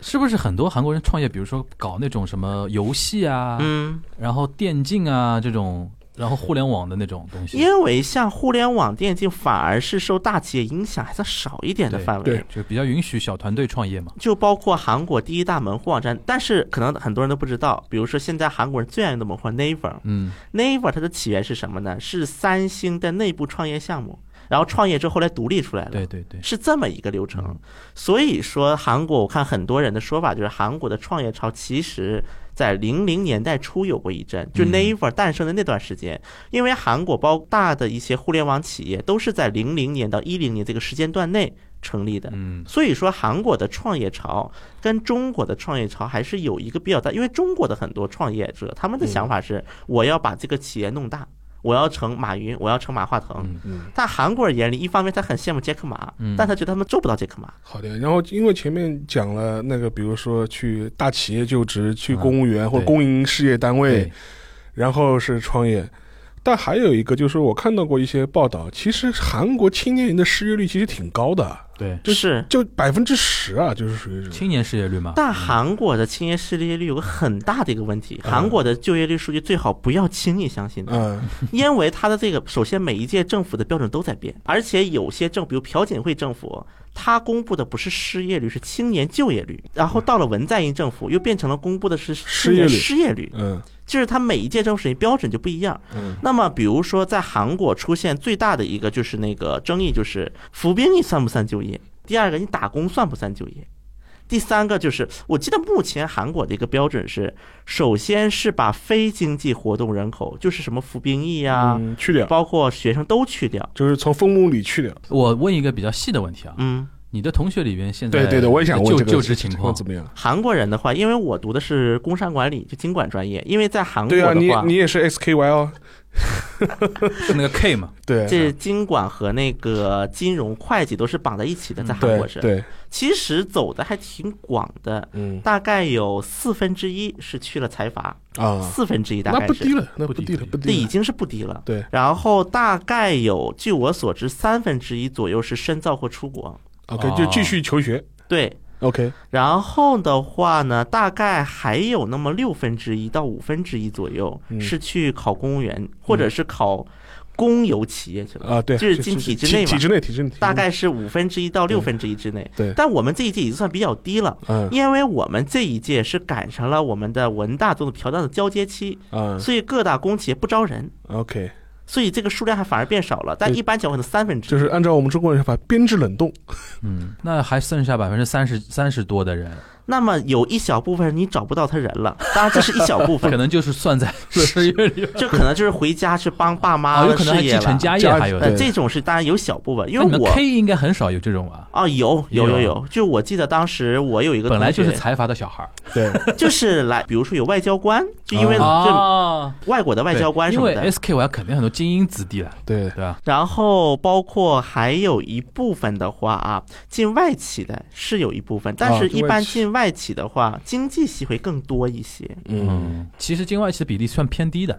Speaker 3: 是不是很多韩国人创业，比如说搞那种什么游戏啊，
Speaker 2: 嗯，
Speaker 3: 然后电竞啊这种，然后互联网的那种东西，
Speaker 2: 因为像互联网电竞反而是受大企业影响还算少一点的
Speaker 3: 对
Speaker 2: 范围。
Speaker 4: 对
Speaker 3: 就比较允许小团队创业嘛。
Speaker 2: 就包括韩国第一大门户网站，但是可能很多人都不知道，比如说现在韩国人最爱用的门户 Naver，
Speaker 3: 嗯
Speaker 2: Naver 它的起源是什么呢？是三星的内部创业项目，然后创业之后后来独立出来，了。
Speaker 3: 对嗯对对，
Speaker 2: 是这么一个流程。所以说，韩国我看很多人的说法就是，韩国的创业潮其实在零零年代初有过一阵，就
Speaker 3: 嗯
Speaker 2: Naver 诞生的那段时间，因为韩国包括大的一些互联网企业都是在零零年到一零年这个时间段内成立的。
Speaker 3: 嗯
Speaker 2: 所以说，韩国的创业潮跟中国的创业潮还是有一个比较大，因为中国的很多创业者他们的想法是，我要把这个企业弄大，我要成马云，我要成马化腾，
Speaker 3: 嗯
Speaker 4: 嗯，
Speaker 2: 但韩国人眼里，一方面他很羡慕杰克马，
Speaker 3: 嗯
Speaker 2: 但他觉得他们做不到杰克马。，
Speaker 4: 好的。然后因为前面讲了那个，比如说去大企业就职、去公务员或者
Speaker 3: 对
Speaker 4: 公营事业单位，
Speaker 3: 对，
Speaker 4: 然后是创业。但还有一个就是我看到过一些报道，其实韩国青年人的失业率其实挺高的，
Speaker 3: 对，
Speaker 4: 就是就百分之十啊，就是属于是
Speaker 3: 青年失业率嘛，
Speaker 2: 但韩国的青年失业率有个很大的一个问题，韩国的就业率数据最好不要轻易相信它，
Speaker 4: 嗯
Speaker 2: 因为它的这个首先每一届政府的标准都在变，而且有些政，比如朴槿惠政府，它公布的不是失业率，是青年就业率，然后到了文在寅政府又变成了公布的是青年失业率，
Speaker 4: 嗯
Speaker 2: 就是它每一届政府审标准就不一样。
Speaker 4: 嗯
Speaker 2: 那么，比如说在韩国出现最大的一个就是那个争议，就是服兵役算不算就业？第二个，你打工算不算就业？第三个就是，我记得目前韩国的一个标准是，首先是把非经济活动人口，就是什么服兵役啊，
Speaker 4: 嗯，去掉，
Speaker 2: 包括学生都去掉。
Speaker 4: 就是从分母里去掉。
Speaker 3: 我问一个比较细的问题啊，
Speaker 2: 嗯，
Speaker 3: 你的同学里边现在
Speaker 4: 对对对，我也想问
Speaker 3: 就
Speaker 4: 这个
Speaker 3: 就职情况
Speaker 4: 怎么样？
Speaker 2: 韩国人的话，因为我读的是工商管理，就经管专业，因为在韩国
Speaker 4: 对
Speaker 2: 的
Speaker 4: 啊，
Speaker 2: 话，
Speaker 4: 你你也是 SKY 哦，
Speaker 3: 是那个 K 嘛？
Speaker 4: 对，
Speaker 2: 这经管和那个金融会计都是绑在一起的，在韩国
Speaker 4: 嗯对
Speaker 2: 是。
Speaker 4: 对，
Speaker 2: 其实走的还挺广的，
Speaker 4: 嗯
Speaker 2: 大概有四分之一是去了财阀，
Speaker 4: 啊，
Speaker 2: 四分之一大
Speaker 4: 那
Speaker 2: 概
Speaker 4: 不低
Speaker 2: 是，
Speaker 4: 了，那
Speaker 3: 不
Speaker 4: 不
Speaker 3: 低
Speaker 4: 低了，
Speaker 3: 不
Speaker 4: 不
Speaker 2: 这
Speaker 4: 低
Speaker 2: 已
Speaker 4: 了，
Speaker 2: 经是不低了。
Speaker 4: 对
Speaker 2: 然后大概有，据我所知，三分之一左右是深造或出国。
Speaker 4: ，OK，就
Speaker 3: 哦
Speaker 4: 继续求学
Speaker 2: 对，
Speaker 4: ，OK，
Speaker 2: 然后的话呢，大概还有那么六分之一到五分之一左右
Speaker 4: 嗯
Speaker 2: 是去考公务员，或者是考公有企业去了。
Speaker 3: 嗯
Speaker 4: 啊，对，
Speaker 2: 就是进体制内嘛
Speaker 4: 体制内，体制内，体制内
Speaker 2: 大概是五分之一
Speaker 3: 嗯
Speaker 2: 到六分之一之内，
Speaker 4: 对
Speaker 2: 但我们这一届已经算比较低了，
Speaker 4: 嗯
Speaker 2: 因为我们这一届是赶上了我们的文大中的朴大的交接期，
Speaker 3: 嗯
Speaker 4: 啊
Speaker 2: 所以各大工企业不招人，
Speaker 4: ，OK，
Speaker 2: 所以这个数量还反而变少了。但
Speaker 4: 对
Speaker 3: 嗯
Speaker 2: 一般情况下三分之
Speaker 4: 就
Speaker 2: 一。
Speaker 4: 是按照我们中国人说法，编制冷冻，
Speaker 3: 嗯，那还剩下百分之三十三十多的人，
Speaker 2: 那么有一小部分你找不到他人了，当然这是一小部
Speaker 3: 可
Speaker 2: 分，
Speaker 3: 能就是算在十月里，
Speaker 2: 就可能就是回家去帮爸妈
Speaker 3: 啊，有
Speaker 2: 的
Speaker 3: 可能还
Speaker 2: 事
Speaker 3: 继
Speaker 2: 业
Speaker 3: 承
Speaker 2: 了。
Speaker 3: 家业，还有
Speaker 4: 对
Speaker 2: 呃，这种是当然有小部分，因
Speaker 3: 那
Speaker 2: 为
Speaker 3: 你们
Speaker 2: 我
Speaker 3: K 应该很少有这种吧？
Speaker 2: 啊有有
Speaker 3: 有
Speaker 2: 有有，就我记得当时我有一个
Speaker 3: 本来
Speaker 2: 同
Speaker 3: 就
Speaker 2: 学
Speaker 3: 是财阀的小孩儿，
Speaker 4: 对，
Speaker 2: 就是来，比如说有外交官，就因为就
Speaker 3: 啊，
Speaker 2: 外国的外交官什
Speaker 3: 因
Speaker 2: 么
Speaker 3: 为
Speaker 2: 的。
Speaker 3: SKY 肯定很多精英子弟了，
Speaker 4: 对，
Speaker 3: 对吧？
Speaker 2: 然后包括还有一部分的话啊，进外企的是有一部分，但
Speaker 4: 啊
Speaker 2: 是
Speaker 4: 进
Speaker 2: 一
Speaker 4: 外
Speaker 2: 般
Speaker 4: 企
Speaker 2: 进外企的话，经济系会更多一些。
Speaker 4: 嗯，，
Speaker 3: 其实境外企的比例算偏低的，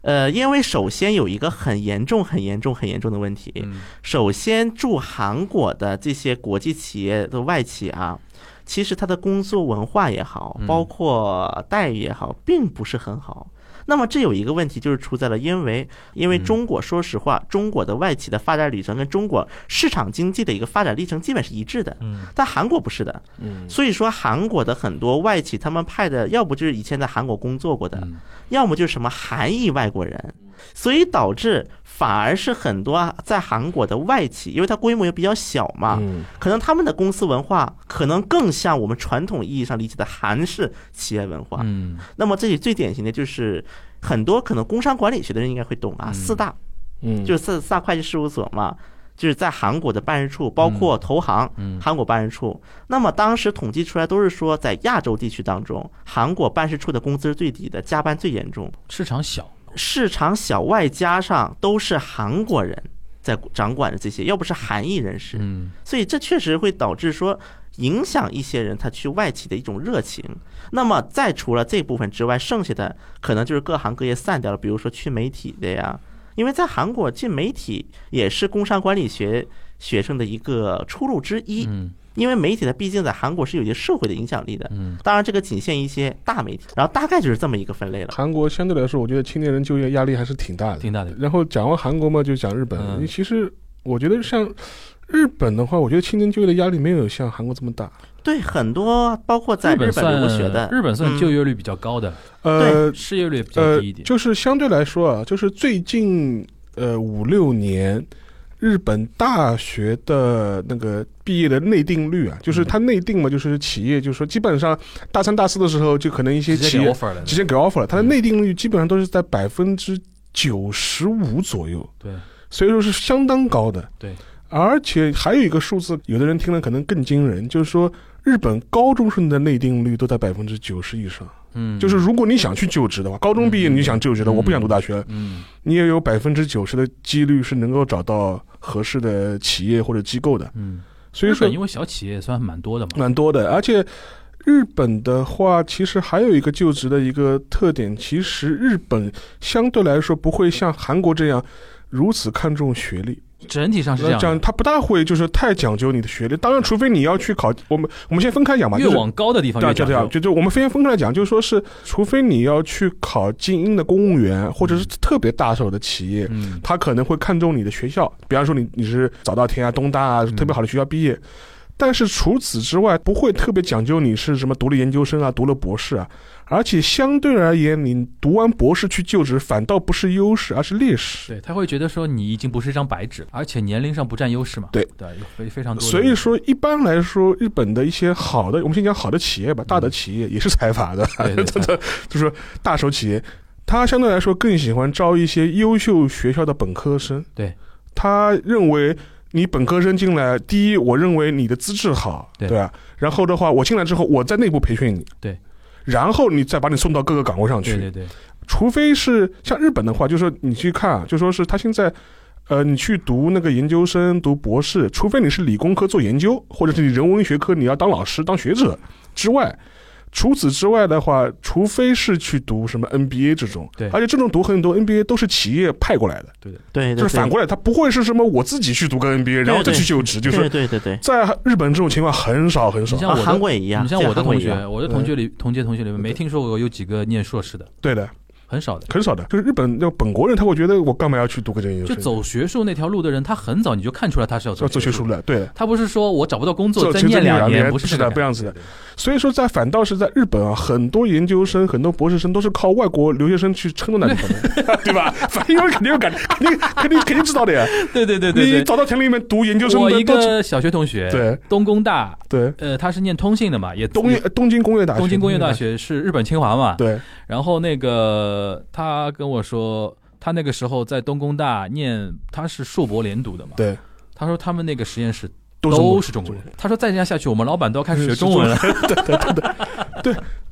Speaker 2: 呃，因为首先有一个很严重、很严重、很严重的问题，
Speaker 3: 嗯
Speaker 2: 首先驻韩国的这些国际企业的外企啊，其实它的工作文化也好
Speaker 3: 嗯，
Speaker 2: 包括待遇也好，并不是很好。那么这有一个问题，就是出在了，因为因为
Speaker 3: 嗯
Speaker 2: 中国，说实话，中国的外企的发展旅程跟中国市场经济的一个发展历程基本是一致的，
Speaker 3: 嗯
Speaker 2: 但韩国不是的，
Speaker 4: 嗯，
Speaker 2: 所以说韩国的很多外企，他们派的要不就是以前在韩国工作过的，
Speaker 3: 嗯
Speaker 2: 要么就是什么韩裔外国人，所以导致反而是很多在韩国的外企，因为它规模也比较小嘛，
Speaker 4: 嗯
Speaker 2: 可能他们的公司文化可能更像我们传统意义上理解的韩式企业文化。
Speaker 3: 嗯，
Speaker 2: 那么这里最典型的就是很多可能工商管理学的人应该会懂啊，
Speaker 3: 嗯
Speaker 2: 四大
Speaker 4: 嗯，
Speaker 2: 就是四四大会计事务所嘛。就是在韩国的办事处，包括投行，
Speaker 3: 嗯
Speaker 2: 韩国办事处。那么当时统计出来都是说，在亚洲地区当中，韩国办事处的工资是最低的，加班最严重。
Speaker 3: 市场小，
Speaker 2: 市场小外加上都是韩国人在掌管着这些，要不是韩裔人士，
Speaker 3: 嗯
Speaker 2: 所以这确实会导致说影响一些人他去外企的一种热情。那么再除了这部分之外，剩下的可能就是各行各业散掉了，比如说去媒体的呀，因为在韩国进媒体也是工商管理学学生的一个出路之一，
Speaker 3: 嗯
Speaker 2: 因为媒体它毕竟在韩国是有一些社会的影响力的。
Speaker 3: 嗯
Speaker 2: 当然，这个仅限一些大媒体，然后大概就是这么一个分类了。
Speaker 4: 韩国相对来说，我觉得青年人就业压力还是挺大的。
Speaker 3: 挺大的，
Speaker 4: 然后讲完韩国嘛，就讲日本。
Speaker 3: 嗯
Speaker 4: 你其实我觉得像日本的话，我觉得青年就业的压力没有像韩国这么大。
Speaker 2: 对，很多包括在
Speaker 3: 本
Speaker 2: 日本
Speaker 3: 算
Speaker 2: 留学的，
Speaker 3: 日本算
Speaker 2: 嗯
Speaker 3: 就业率比较高的，
Speaker 4: 呃
Speaker 3: 失业率比较
Speaker 4: 呃
Speaker 3: 低一，点，
Speaker 4: 就是相对来说啊，就是最近呃五六年，日本大学的那个毕业的内定率啊，
Speaker 3: 嗯
Speaker 4: 就是它内定嘛，就是企业就是说基本上大三大四的时候，就可能一些
Speaker 3: 直接
Speaker 4: 企
Speaker 3: 给
Speaker 4: 业
Speaker 3: offer 了，
Speaker 4: 直接给 offer 了，它的
Speaker 3: 嗯
Speaker 4: 内定率基本上都是在百分之九十五左右。
Speaker 3: 对，
Speaker 4: 所以说是相当高的。
Speaker 3: 对，
Speaker 4: 而且还有一个数字，有的人听了可能更惊人，就是说日本高中生的内定率都在百分之九十以上。
Speaker 3: 嗯，
Speaker 4: 就是如果你想去就职的话，高中毕业你想就职的，
Speaker 3: 嗯
Speaker 4: 我不想读大学了，
Speaker 3: 嗯
Speaker 4: 你也有百分之九十的几率是能够找到合适的企业或者机构的。
Speaker 3: 嗯，
Speaker 4: 所以
Speaker 3: 日
Speaker 4: 说
Speaker 3: 本因为小企业算蛮多的嘛，
Speaker 4: 蛮多的，而且。日本的话，其实还有一个就职的一个特点，其实日本相对来说不会像韩国这样如此看重学历。
Speaker 3: 整体上是这
Speaker 4: 那
Speaker 3: 样的。
Speaker 4: 他不大会就是太讲究你的学历，当然，除非你要去考，我们我们先分开讲吧，
Speaker 3: 越
Speaker 4: 就是
Speaker 3: 往高的地方
Speaker 4: 对
Speaker 3: 越
Speaker 4: 啊对啊对啊，
Speaker 3: 讲究，
Speaker 4: 就就我们先分开来讲，就是说是，除非你要去考精英的公务员，或者是特别大手的企业，
Speaker 3: 嗯
Speaker 4: 他可能会看重你的学校，比方说你你是早稻田啊、东大啊
Speaker 3: 嗯
Speaker 4: 特别好的学校毕业，但是除此之外，不会特别讲究你是什么读了研究生啊、读了博士啊，而且相对而言，你读完博士去就职，反倒不是优势，而是劣势。
Speaker 3: 对，他会觉得说你已经不是一张白纸，而且年龄上不占优势嘛。
Speaker 4: 对
Speaker 3: 对，有非非常多的。
Speaker 4: 所以说，一般来说，日本的一些好的，我们先讲好的企业吧，
Speaker 3: 嗯
Speaker 4: 大的企业也是财阀的，
Speaker 3: 对，对对
Speaker 4: 就是说大手企业，他相对来说更喜欢招一些优秀学校的本科生。
Speaker 3: 对，
Speaker 4: 他认为你本科生进来，第一，我认为你的资质好，
Speaker 3: 对
Speaker 4: 吧？然后的话，我进来之后，我在内部培训你，
Speaker 3: 对，
Speaker 4: 然后你再把你送到各个岗位上去，
Speaker 3: 对对对，
Speaker 4: 除非是像日本的话，就是说你去看啊，就说是他现在，呃，你去读那个研究生、读博士，除非你是理工科做研究，或者是你人文学科你要当老师、当学者之外，除此之外的话，除非是去读什么 NBA 这种，
Speaker 3: 对
Speaker 4: 而且这种读很多 NBA 都是企业派过来的，
Speaker 2: 对对对，
Speaker 4: 就是反过来，他不会是什么我自己去读个 NBA，然后再去就职，就是
Speaker 2: 对对对对，
Speaker 4: 在日本这种情况很少很少
Speaker 3: 你，像
Speaker 2: 啊，
Speaker 3: 我的
Speaker 2: 韩国也一样，
Speaker 3: 你像我的
Speaker 2: 韩国
Speaker 3: 同
Speaker 2: 也一样
Speaker 4: 嗯
Speaker 3: 学，我的同学里同届同学里面没听说过有几个念硕士的，
Speaker 4: 对的，
Speaker 3: 很少的。
Speaker 4: 很少的，就是日本那个本国人他会觉得我干嘛要去读个这个研究
Speaker 3: 就
Speaker 4: 生？
Speaker 3: 走学术那条路的人，他很早你就看出来他是要
Speaker 4: 要
Speaker 3: 走
Speaker 4: 做学术了，对的。
Speaker 3: 他不是说我找不到工
Speaker 4: 做
Speaker 3: 作再
Speaker 4: 其实
Speaker 3: 念
Speaker 4: 念
Speaker 3: 两
Speaker 4: 年，
Speaker 3: 不
Speaker 4: 不
Speaker 3: 是
Speaker 4: 的，
Speaker 3: 这
Speaker 4: 不这
Speaker 3: 样。
Speaker 4: 样子的。所以说，在反倒是在日本啊，很多研究生、很多博士生都是靠外国留学生去撑到那里 的，对吧？反正肯定有感，肯定肯定肯定知道的呀。
Speaker 3: 对对对
Speaker 4: 你
Speaker 3: 对
Speaker 4: 找到田里面读研究
Speaker 3: 对，
Speaker 4: 生
Speaker 3: 我
Speaker 4: 的
Speaker 3: 一
Speaker 4: 都是，
Speaker 3: 个小学同学，
Speaker 4: 对
Speaker 3: 东工大，
Speaker 4: 对，
Speaker 3: 呃，他是念通信的嘛，也
Speaker 4: 东业东京工业大学，嗯
Speaker 3: 东京工业大，学是日本清华嘛，
Speaker 4: 对，
Speaker 3: 然后那个他跟我说，他那个时候在东工大念，他是硕博连读的嘛。
Speaker 4: 对。
Speaker 3: 他说他们那个实验室
Speaker 4: 都
Speaker 3: 啊都
Speaker 4: 是
Speaker 3: 是中国人。他说再这样下去，我们老板都要开始学中文了。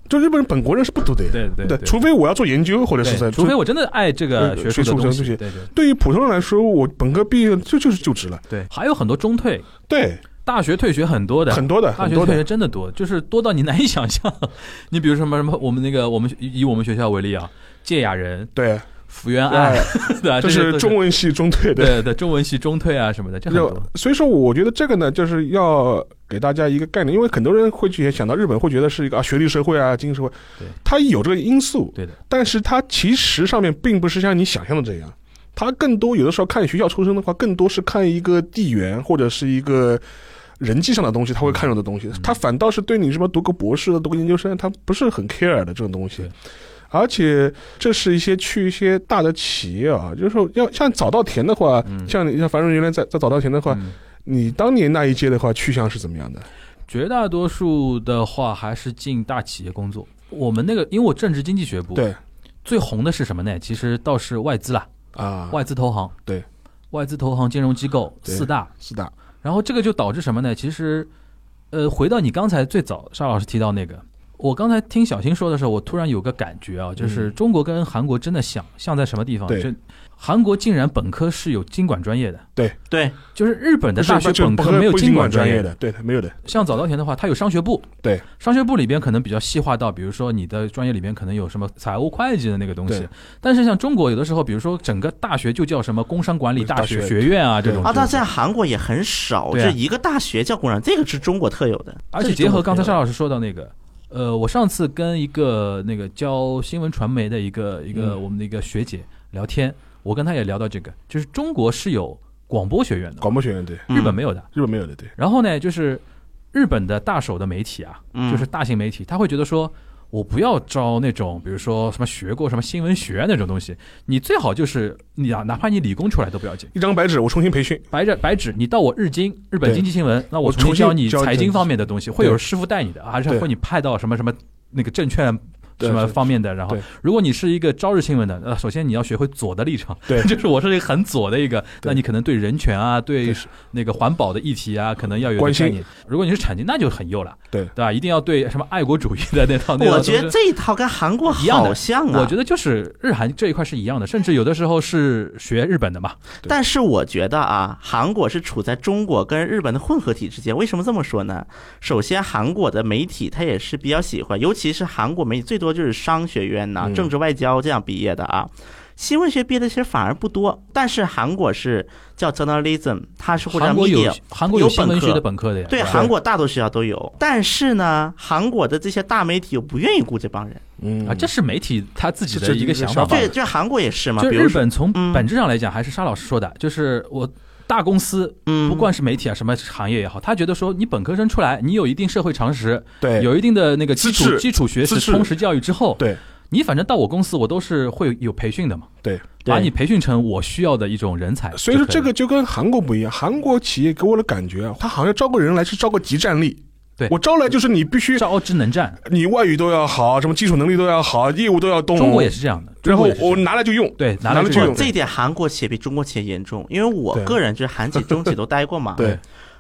Speaker 4: 就日本人本国人是不读的呀，
Speaker 3: 对 对
Speaker 4: 对，除非我要做研究或者是在，
Speaker 3: 对除非我真的爱这个
Speaker 4: 呃
Speaker 3: 学术
Speaker 4: 学术
Speaker 3: 的东
Speaker 4: 东西
Speaker 3: 西。对对
Speaker 4: 对于普通人来说，我本科毕业就就是就职了，
Speaker 3: 对，还有很多中退，
Speaker 4: 对，
Speaker 3: 大学退学很多的，
Speaker 4: 很多的，
Speaker 3: 大
Speaker 4: 很
Speaker 3: 学
Speaker 4: 多
Speaker 3: 退
Speaker 4: 的
Speaker 3: 学，真的多，就是多到你难以想象。 你比如什么什么，我们那个我们以以我们学校为例啊，芥雅人、
Speaker 4: 对，
Speaker 3: 福原爱
Speaker 4: 哎，
Speaker 3: 啊对吧？
Speaker 4: 这
Speaker 3: 这
Speaker 4: 是中
Speaker 3: 文
Speaker 4: 文系中退的。
Speaker 3: 对对中文系中退啊什么的，这很
Speaker 4: 就
Speaker 3: 多。
Speaker 4: 所以说，我觉得这个呢，就是要给大家一个概念，因为很多人会去想到日本，会觉得是一个啊学历社会啊精英社会
Speaker 3: 对，
Speaker 4: 它有这个因素，
Speaker 3: 对的，
Speaker 4: 但是它其实上面并不是像你想象的这样，它更多有的时候看学校出身的话，更多是看一个地缘或者是一个。人际上的东西，他会看重的东西，他反倒是对你什么读个博士、读个研究生，他不是很 care 的这种东西
Speaker 3: 对。
Speaker 4: 而且这是一些去一些大的企业啊，就是说要像早稻田的话，
Speaker 3: 嗯
Speaker 4: 像你像樊润原来在在早稻田的话，
Speaker 3: 嗯
Speaker 4: 你当年那一届的话，去向是怎么样的？
Speaker 3: 绝大多数的话还是进大企业工作。我们那个，因为我政治经济学部，
Speaker 4: 对
Speaker 3: 最红的是什么呢？其实倒是外资啦，
Speaker 4: 啊，
Speaker 3: 外资投行，
Speaker 4: 对，
Speaker 3: 外资投行、金融机构
Speaker 4: 对
Speaker 3: 四大。
Speaker 4: 四大
Speaker 3: 然后这个就导致什么呢？其实，呃，回到你刚才最早沙老师提到那个，我刚才听小新说的时候，我突然有个感觉啊，就是中国跟韩国真的像，像在什么地方？
Speaker 4: 嗯对
Speaker 3: 就韩国竟然本科是有经管专业的，
Speaker 2: 对，
Speaker 3: 就是日本的
Speaker 4: 不是
Speaker 3: 大学
Speaker 4: 就是
Speaker 3: 本
Speaker 4: 不
Speaker 3: 科没有
Speaker 4: 不经
Speaker 3: 管
Speaker 4: 管专
Speaker 3: 业
Speaker 4: 业。的，对，没有的，
Speaker 3: 像早稻田的话，它有商学部，
Speaker 4: 对，
Speaker 3: 商学部里边可能比较细化到，比如说你的专业里边可能有什么财务会计的那个东西
Speaker 4: 对，
Speaker 3: 但是像中国有的时候，比如说整个大学就叫什么工商管理大学
Speaker 4: 大学
Speaker 3: 学院啊这种
Speaker 4: 对
Speaker 2: 啊，但在韩国也很少，
Speaker 3: 对
Speaker 2: 这
Speaker 3: 啊
Speaker 2: 一个大学叫工商，这个是中国特有的，
Speaker 3: 而
Speaker 2: 这
Speaker 3: 且
Speaker 2: 是
Speaker 3: 结
Speaker 2: 中
Speaker 3: 合
Speaker 2: 国
Speaker 3: 刚才
Speaker 2: 特
Speaker 3: 沙
Speaker 2: 有的
Speaker 3: 老师说到那个，呃，我上次跟一个那个教新闻传媒的一个一个
Speaker 4: 嗯
Speaker 3: 我们的一个学姐聊天，我跟她也聊到这个，就是中国是有广播学院的，
Speaker 4: 广播学院对，
Speaker 3: 日
Speaker 2: 嗯
Speaker 3: 本没有的。
Speaker 4: 日本没有的，对，
Speaker 3: 然后呢，就是日本的大手的媒体啊，
Speaker 2: 嗯
Speaker 3: 就是大型媒体，他会觉得说。我不要招那种，比如说什么学过什么新闻学院那种东西，你最好就是你哪哪怕你理工出来都不要紧，
Speaker 4: 一张白纸我重新培训，
Speaker 3: 白纸白纸，你到我日经日本
Speaker 4: 对
Speaker 3: 经济新闻，那我
Speaker 4: 我
Speaker 3: 重
Speaker 4: 重
Speaker 3: 新
Speaker 4: 新
Speaker 3: 教你
Speaker 4: 教你
Speaker 3: 财
Speaker 4: 这
Speaker 3: 经
Speaker 4: 个
Speaker 3: 方面的东西，会有
Speaker 4: 对
Speaker 3: 师傅带你的，还是
Speaker 4: 对
Speaker 3: 会你派到什么什么那个证券
Speaker 4: 对
Speaker 3: 什么
Speaker 4: 对
Speaker 3: 方面的。然后
Speaker 4: 对，
Speaker 3: 如果你是一个朝日新闻的，呃，首先你要学会左的立场，
Speaker 4: 对
Speaker 3: 就是我是一个很左的一个，
Speaker 4: 对
Speaker 3: 那你可能对人权啊，对
Speaker 4: 对
Speaker 3: 那个环保的议题啊，可能要有一个
Speaker 4: 关心
Speaker 3: 概念。如果你是产经，那就很右了，
Speaker 4: 对
Speaker 3: 对吧？一定要对什么爱国主义的那套，那套
Speaker 2: 我
Speaker 3: 东西
Speaker 2: 觉得这一套跟韩国
Speaker 3: 一样的
Speaker 2: 好像啊，
Speaker 3: 我觉得就是日韩这一块是一样的，甚至有的时候是学日本的嘛，
Speaker 4: 对
Speaker 2: 但是我觉得啊，韩国是处在中国跟日本的混合体之间。为什么这么说呢？首先，韩国的媒体它也是比较喜欢，尤其是韩国媒体最多就是商学院呐、
Speaker 4: 嗯
Speaker 2: 政治外交这样毕业的啊。新闻学毕业的其实反而不多，但是韩国是叫 journalism，它是或者
Speaker 3: 韩国
Speaker 2: media
Speaker 3: 有韩国有
Speaker 2: 有
Speaker 3: 新闻
Speaker 2: 本科
Speaker 3: 学的本科的呀，
Speaker 2: 对，啊
Speaker 3: 吧
Speaker 2: 韩国大多学校都有，但是呢，韩国的这些大媒体又不愿意雇这帮人。
Speaker 4: 嗯
Speaker 3: 啊，这是媒体他自己的
Speaker 4: 这
Speaker 3: 一个
Speaker 4: 这
Speaker 3: 想法吧
Speaker 4: 想。
Speaker 2: 这这韩国也是嘛，
Speaker 3: 啊就
Speaker 2: 比
Speaker 3: 日
Speaker 2: 如说，
Speaker 3: 本从
Speaker 2: 嗯
Speaker 3: 本质上来讲，还是沙老师说的，就是我大公司，
Speaker 2: 嗯，
Speaker 3: 不管是媒体啊什么行业也好，他觉得说你本科生出来，你有一定社会常识，
Speaker 4: 对
Speaker 3: 有一定的那个基
Speaker 4: 资
Speaker 3: 础
Speaker 4: 质
Speaker 3: 基础学识、
Speaker 4: 资质
Speaker 3: 通识教育之后，
Speaker 4: 对
Speaker 3: 你反正到我公司，我都是会有培训的嘛，
Speaker 4: 对。
Speaker 2: 对
Speaker 3: 把你培训成我需要的一种人才。
Speaker 4: 所以说
Speaker 3: 就可
Speaker 4: 这
Speaker 3: 以
Speaker 4: 个就跟韩国不一样，韩国企业给我的感觉啊，他好像招个人来是招个集战力，
Speaker 3: 对
Speaker 4: 我招来就是你必须
Speaker 3: 招之能战，
Speaker 4: 你外语都要好，什么基础能力都要好，业务都要懂，
Speaker 3: 中国也，是这样的。
Speaker 4: 嗯然后
Speaker 3: 中国也是这样
Speaker 4: 我拿来就用，
Speaker 3: 对拿
Speaker 4: 拿
Speaker 3: 来
Speaker 4: 来
Speaker 3: 就
Speaker 4: 就
Speaker 3: 用
Speaker 4: 用，
Speaker 2: 这一点韩国企业比中国企业严重，因为我
Speaker 4: 对
Speaker 2: 个人就是韩企、中企都待过嘛。
Speaker 4: 对，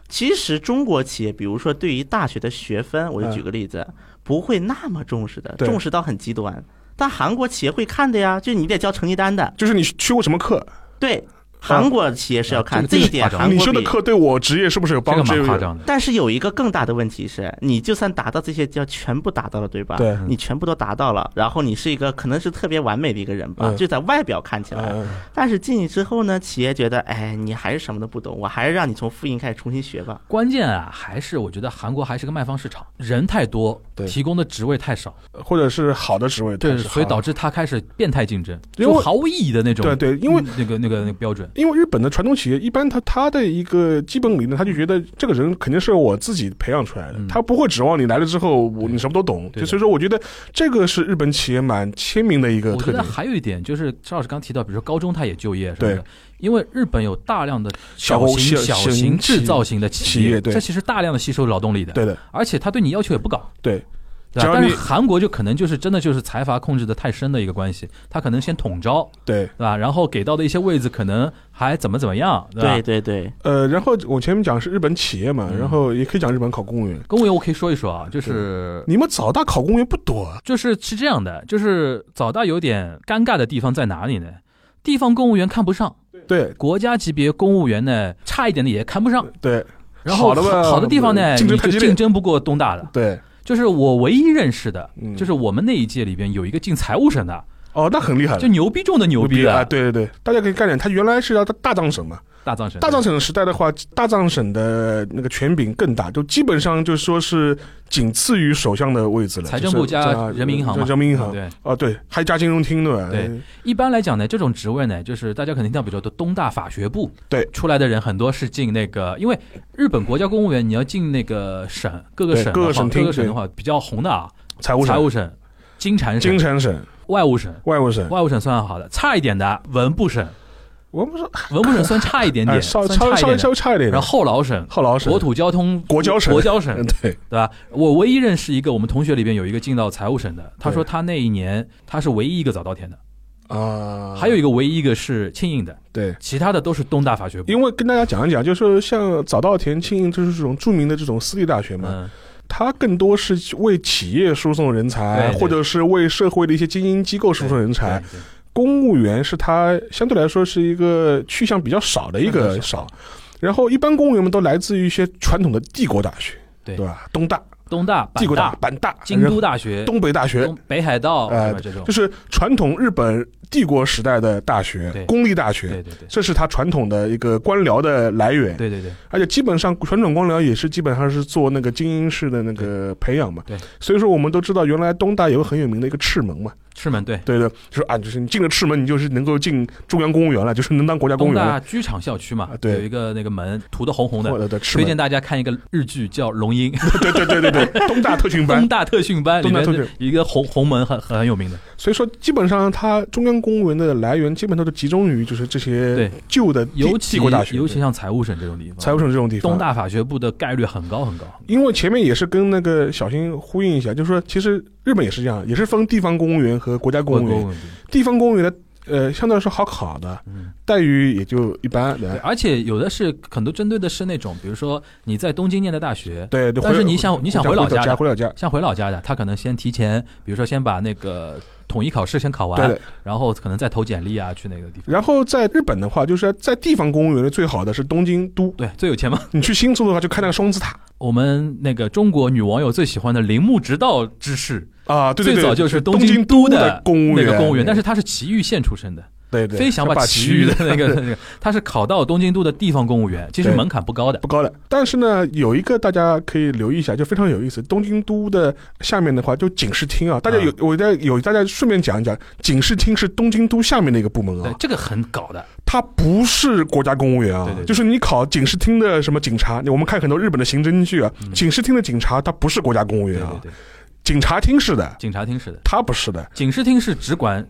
Speaker 2: 其实中国企业，比如说对于大学的学分，我就举个例子，不会那么重视的，
Speaker 4: 对
Speaker 2: 重视到很极端。但韩国企业会看的呀，就你得交成绩单的。
Speaker 4: 就是你去过什么课，
Speaker 2: 对，韩国企业是要看
Speaker 3: 这个
Speaker 2: 这一点，
Speaker 3: 这个
Speaker 2: 韩
Speaker 4: 你
Speaker 2: 国
Speaker 4: 修的
Speaker 2: 比。
Speaker 4: 课对我职业是不是有
Speaker 3: 这
Speaker 4: 帮
Speaker 3: 个
Speaker 4: 助
Speaker 3: 蛮？夸张的。
Speaker 2: 但是有一个更大的问题是，你就算达到这些，就要全部达到了，对吧？
Speaker 4: 对
Speaker 2: 你全部都达到了，然后你是一个可能是特别完美的一个人吧，
Speaker 4: 嗯
Speaker 2: 就在外表看起来，
Speaker 4: 嗯，
Speaker 2: 但是进去之后呢，企业觉得，哎，你还是什么都不懂，我还是让你从复印开始重新学吧。
Speaker 3: 关键啊，还是我觉得韩国还是个卖方市场，人太多，
Speaker 4: 对
Speaker 3: 提供的职位太少，
Speaker 4: 或者是好的职位，
Speaker 3: 对，
Speaker 4: 但是
Speaker 3: 所以
Speaker 4: 好
Speaker 3: 导致他开始变态竞争，
Speaker 4: 因为
Speaker 3: 就毫无意义的那种。嗯
Speaker 4: 对对因为
Speaker 3: 那个那个那个标准，
Speaker 4: 因为日本的传统企业一般他他的一个基本理论，他就觉得这个人肯定是我自己培养出来的，
Speaker 3: 嗯
Speaker 4: 他不会指望你来了之后我你什么都懂。
Speaker 3: 对
Speaker 4: 就
Speaker 3: 的
Speaker 4: 所以说，我觉得这个是日本企业蛮鲜明的一个
Speaker 3: 我
Speaker 4: 特
Speaker 3: 觉得
Speaker 4: 点。
Speaker 3: 还有一点就是，邵老师刚提到，比如说高中他也就业什么
Speaker 4: 对
Speaker 3: 的，因为日本有大量的
Speaker 4: 小
Speaker 3: 小型
Speaker 4: 小
Speaker 3: 小
Speaker 4: 型
Speaker 3: 型
Speaker 4: 企业
Speaker 3: 制造型的企
Speaker 4: 企业对
Speaker 3: 这其实大量的吸收劳动力的，
Speaker 4: 对的，
Speaker 3: 而且他对你要求也不高。
Speaker 4: 对，
Speaker 3: 对
Speaker 4: 只
Speaker 3: 吧
Speaker 4: 要
Speaker 3: 但
Speaker 4: 你
Speaker 3: 是韩国就可能就是真的就是财阀控制的太深的一个关系，他可能先统招，
Speaker 4: 对，
Speaker 3: 对吧？然后给到的一些位置可能还怎么怎么样，对吧？
Speaker 2: 对对对，
Speaker 4: 呃，然后我前面讲是日本企业嘛，
Speaker 3: 嗯
Speaker 4: 然后也可以讲日本考公务员。
Speaker 3: 公务员我可以说一说啊，就是
Speaker 4: 你们早大考公务员不多啊，
Speaker 3: 就是是这样的，就是早大有点尴尬的地方在哪里呢？地方公务员看不上，
Speaker 4: 对
Speaker 3: 国家级别公务员呢差一点的也看不上，
Speaker 4: 对
Speaker 3: 然后
Speaker 4: 好的吧
Speaker 3: 好的地方呢，
Speaker 4: 竞争
Speaker 3: 你
Speaker 4: 太
Speaker 3: 就
Speaker 4: 激烈
Speaker 3: 竞争不过东大的。
Speaker 4: 对，
Speaker 3: 就是我唯一认识的，
Speaker 4: 嗯
Speaker 3: 就是我们那一届里边有一个进财务省的，
Speaker 4: 哦，那很厉害了
Speaker 3: 就。牛逼中的牛逼
Speaker 4: 啊！
Speaker 3: 的，
Speaker 4: 对对对，大家可以概念，他原来是要大藏省嘛，
Speaker 3: 大藏省，
Speaker 4: 大藏省时代的话，大藏省的那个权柄更大，就基本上就说是仅次于首相的位置了。
Speaker 3: 财政部加
Speaker 4: 就是在
Speaker 3: 人民银行嘛
Speaker 4: 人民银行
Speaker 3: 对，
Speaker 4: 啊，对，还加金融厅对吧？
Speaker 3: 对一般来讲呢，这种职位呢，就是大家可能听到，比如说东大法学部
Speaker 4: 对
Speaker 3: 出来的人，很多是进那个，因为日本国家公务员你要进那个省各个
Speaker 4: 对
Speaker 3: 省的
Speaker 4: 各个
Speaker 3: 话哦
Speaker 4: 省厅
Speaker 3: 各个省的话比较红的啊，
Speaker 4: 财务
Speaker 3: 财
Speaker 4: 省、
Speaker 3: 务省、金产
Speaker 4: 金
Speaker 3: 省、
Speaker 4: 城省、
Speaker 3: 外务省。
Speaker 4: 外务省，
Speaker 3: 外务省算好的，差一点的文部省，
Speaker 4: 我们说
Speaker 3: 文部省算差一点
Speaker 4: 哎
Speaker 3: 点，
Speaker 4: 稍
Speaker 3: 算
Speaker 4: 稍微
Speaker 3: 差一
Speaker 4: 稍
Speaker 3: 点
Speaker 4: 微稍
Speaker 3: 的。
Speaker 4: 微差一点的，
Speaker 3: 然后后劳省、
Speaker 4: 后老省、
Speaker 3: 国土交通
Speaker 4: 国交省
Speaker 3: 国交省
Speaker 4: 嗯，，对，
Speaker 3: 对吧？我唯一认识一个，我们同学里边有一个进到财务省的，他说他那一年他是唯一一个早稻田的，
Speaker 4: 啊，
Speaker 3: 还有一个唯一一个是庆应的，
Speaker 4: 对。
Speaker 3: 其他的都是东大法学部。嗯
Speaker 4: 因为跟大家讲一讲，就是像早稻田、庆应，就是这种著名的这种私立大学嘛，
Speaker 3: 嗯，
Speaker 4: 它更多是为企业输送人才，
Speaker 3: 对对
Speaker 4: 或者是为社会的一些精英机构输送人才。
Speaker 3: 对，对
Speaker 4: 公务员是它相对来说是一个去向比较少的一个少，然后一般公务员们都来自于一些传统的帝国大学，
Speaker 3: 对
Speaker 4: 吧？东大、
Speaker 3: 东大、
Speaker 4: 帝
Speaker 3: 北
Speaker 4: 国
Speaker 3: 大、
Speaker 4: 阪大、
Speaker 3: 京
Speaker 4: 然
Speaker 3: 都
Speaker 4: 后
Speaker 3: 大学、
Speaker 4: 东北大学
Speaker 3: 东，北海道
Speaker 4: 呃
Speaker 3: 什么这种
Speaker 4: 就，是传统日本帝国时代的大学
Speaker 3: 对，
Speaker 4: 公立大
Speaker 3: 对
Speaker 4: 学。
Speaker 3: 对对
Speaker 4: 这是它传统的一个官僚的来源，
Speaker 3: 对对对，
Speaker 4: 而且基本上传统官僚也是基本上是做那个精英式的那个培养嘛。
Speaker 3: 对，
Speaker 4: 所以说我们都知道，原来东大有个很有名的一个赤门嘛。
Speaker 3: 赤门对。
Speaker 4: 对的，就是啊，就是你进了赤门，你就是能够进中央公务员了，就是能当国家公
Speaker 3: 东
Speaker 4: 务员了
Speaker 3: 大。剧场校区嘛
Speaker 4: 啊，对
Speaker 3: 有一个那个门涂的红红
Speaker 4: 我
Speaker 3: 的。
Speaker 4: 的对，赤
Speaker 3: 推
Speaker 4: 门
Speaker 3: 荐，大家看一个日剧叫《龙樱》，
Speaker 4: 对对对对 对，东大特训班
Speaker 3: 东。大特训班里
Speaker 4: 东大
Speaker 3: 面
Speaker 4: 特训
Speaker 3: 的一个红红门很很很有名的。
Speaker 4: 所以说，基本上它中央公务员的来源，基本上都集中于就是这些
Speaker 3: 对
Speaker 4: 旧的帝
Speaker 3: 尤其
Speaker 4: 帝国大学，
Speaker 3: 尤其
Speaker 4: 对
Speaker 3: 像财务省这种地方，
Speaker 4: 财务省这种地方。
Speaker 3: 东，大法学部的概率很高很高。
Speaker 4: 因为前面也是跟那个小新呼应一下，就是说，其实日本也是这样，也是分地方公务员和国家公务员。
Speaker 3: 员，
Speaker 4: 地方公务员的呃，相对来说好考的，
Speaker 3: 嗯，
Speaker 4: 待遇也就一般，对
Speaker 3: 对，
Speaker 4: 吧
Speaker 3: 而且有的是很多针对的是那种，比如说你在东京念的大学，
Speaker 4: 对。对
Speaker 3: 但是
Speaker 4: 回
Speaker 3: 你想你想
Speaker 4: 回
Speaker 3: 回老家
Speaker 4: 家，
Speaker 3: 的
Speaker 4: 回老家，
Speaker 3: 像回老家的，他可能先提前，比如说先把那个统一考试先考
Speaker 4: 对
Speaker 3: 完
Speaker 4: 的，。
Speaker 3: 然后可能再投简历啊，去那个地方。
Speaker 4: 然后在日本的话，就是在地方公务员的最好的是东京都，
Speaker 3: 对，最有钱嘛。
Speaker 4: 你去新宿的话，就看那个双子塔
Speaker 3: 我们那个中国女网友最喜欢的铃木直道之士，
Speaker 4: 啊，对对对，
Speaker 3: 最早就是
Speaker 4: 东
Speaker 3: 京
Speaker 4: 都
Speaker 3: 的
Speaker 4: 公务
Speaker 3: 那
Speaker 4: 员，
Speaker 3: 个公务员，但是他是埼玉县出身的，
Speaker 4: 对对，
Speaker 3: 非想
Speaker 4: 把
Speaker 3: 埼玉的那 个那个，他是考到东京都的地方公务员，其实
Speaker 4: 对
Speaker 3: 门槛不高的
Speaker 4: 不。高的。但是呢，有一个大家可以留意一下，就非常有意思。东京都的下面的话，就警视厅啊，大家有我在有大家顺便讲一讲，警视厅是东京都下面的一个部门
Speaker 3: 对
Speaker 4: 啊，，
Speaker 3: 这个很搞的。
Speaker 4: 它不是国家公务员啊，
Speaker 3: 对对对
Speaker 4: 就是你考警视厅的什么警察，我们看很多日本的刑侦剧啊，警视厅的警察他不是国家公务
Speaker 3: 对
Speaker 4: 员啊，
Speaker 3: 嗯对对，
Speaker 4: 警察厅是的，
Speaker 3: 警察厅是的，
Speaker 4: 他不是的，
Speaker 3: 警视厅是只管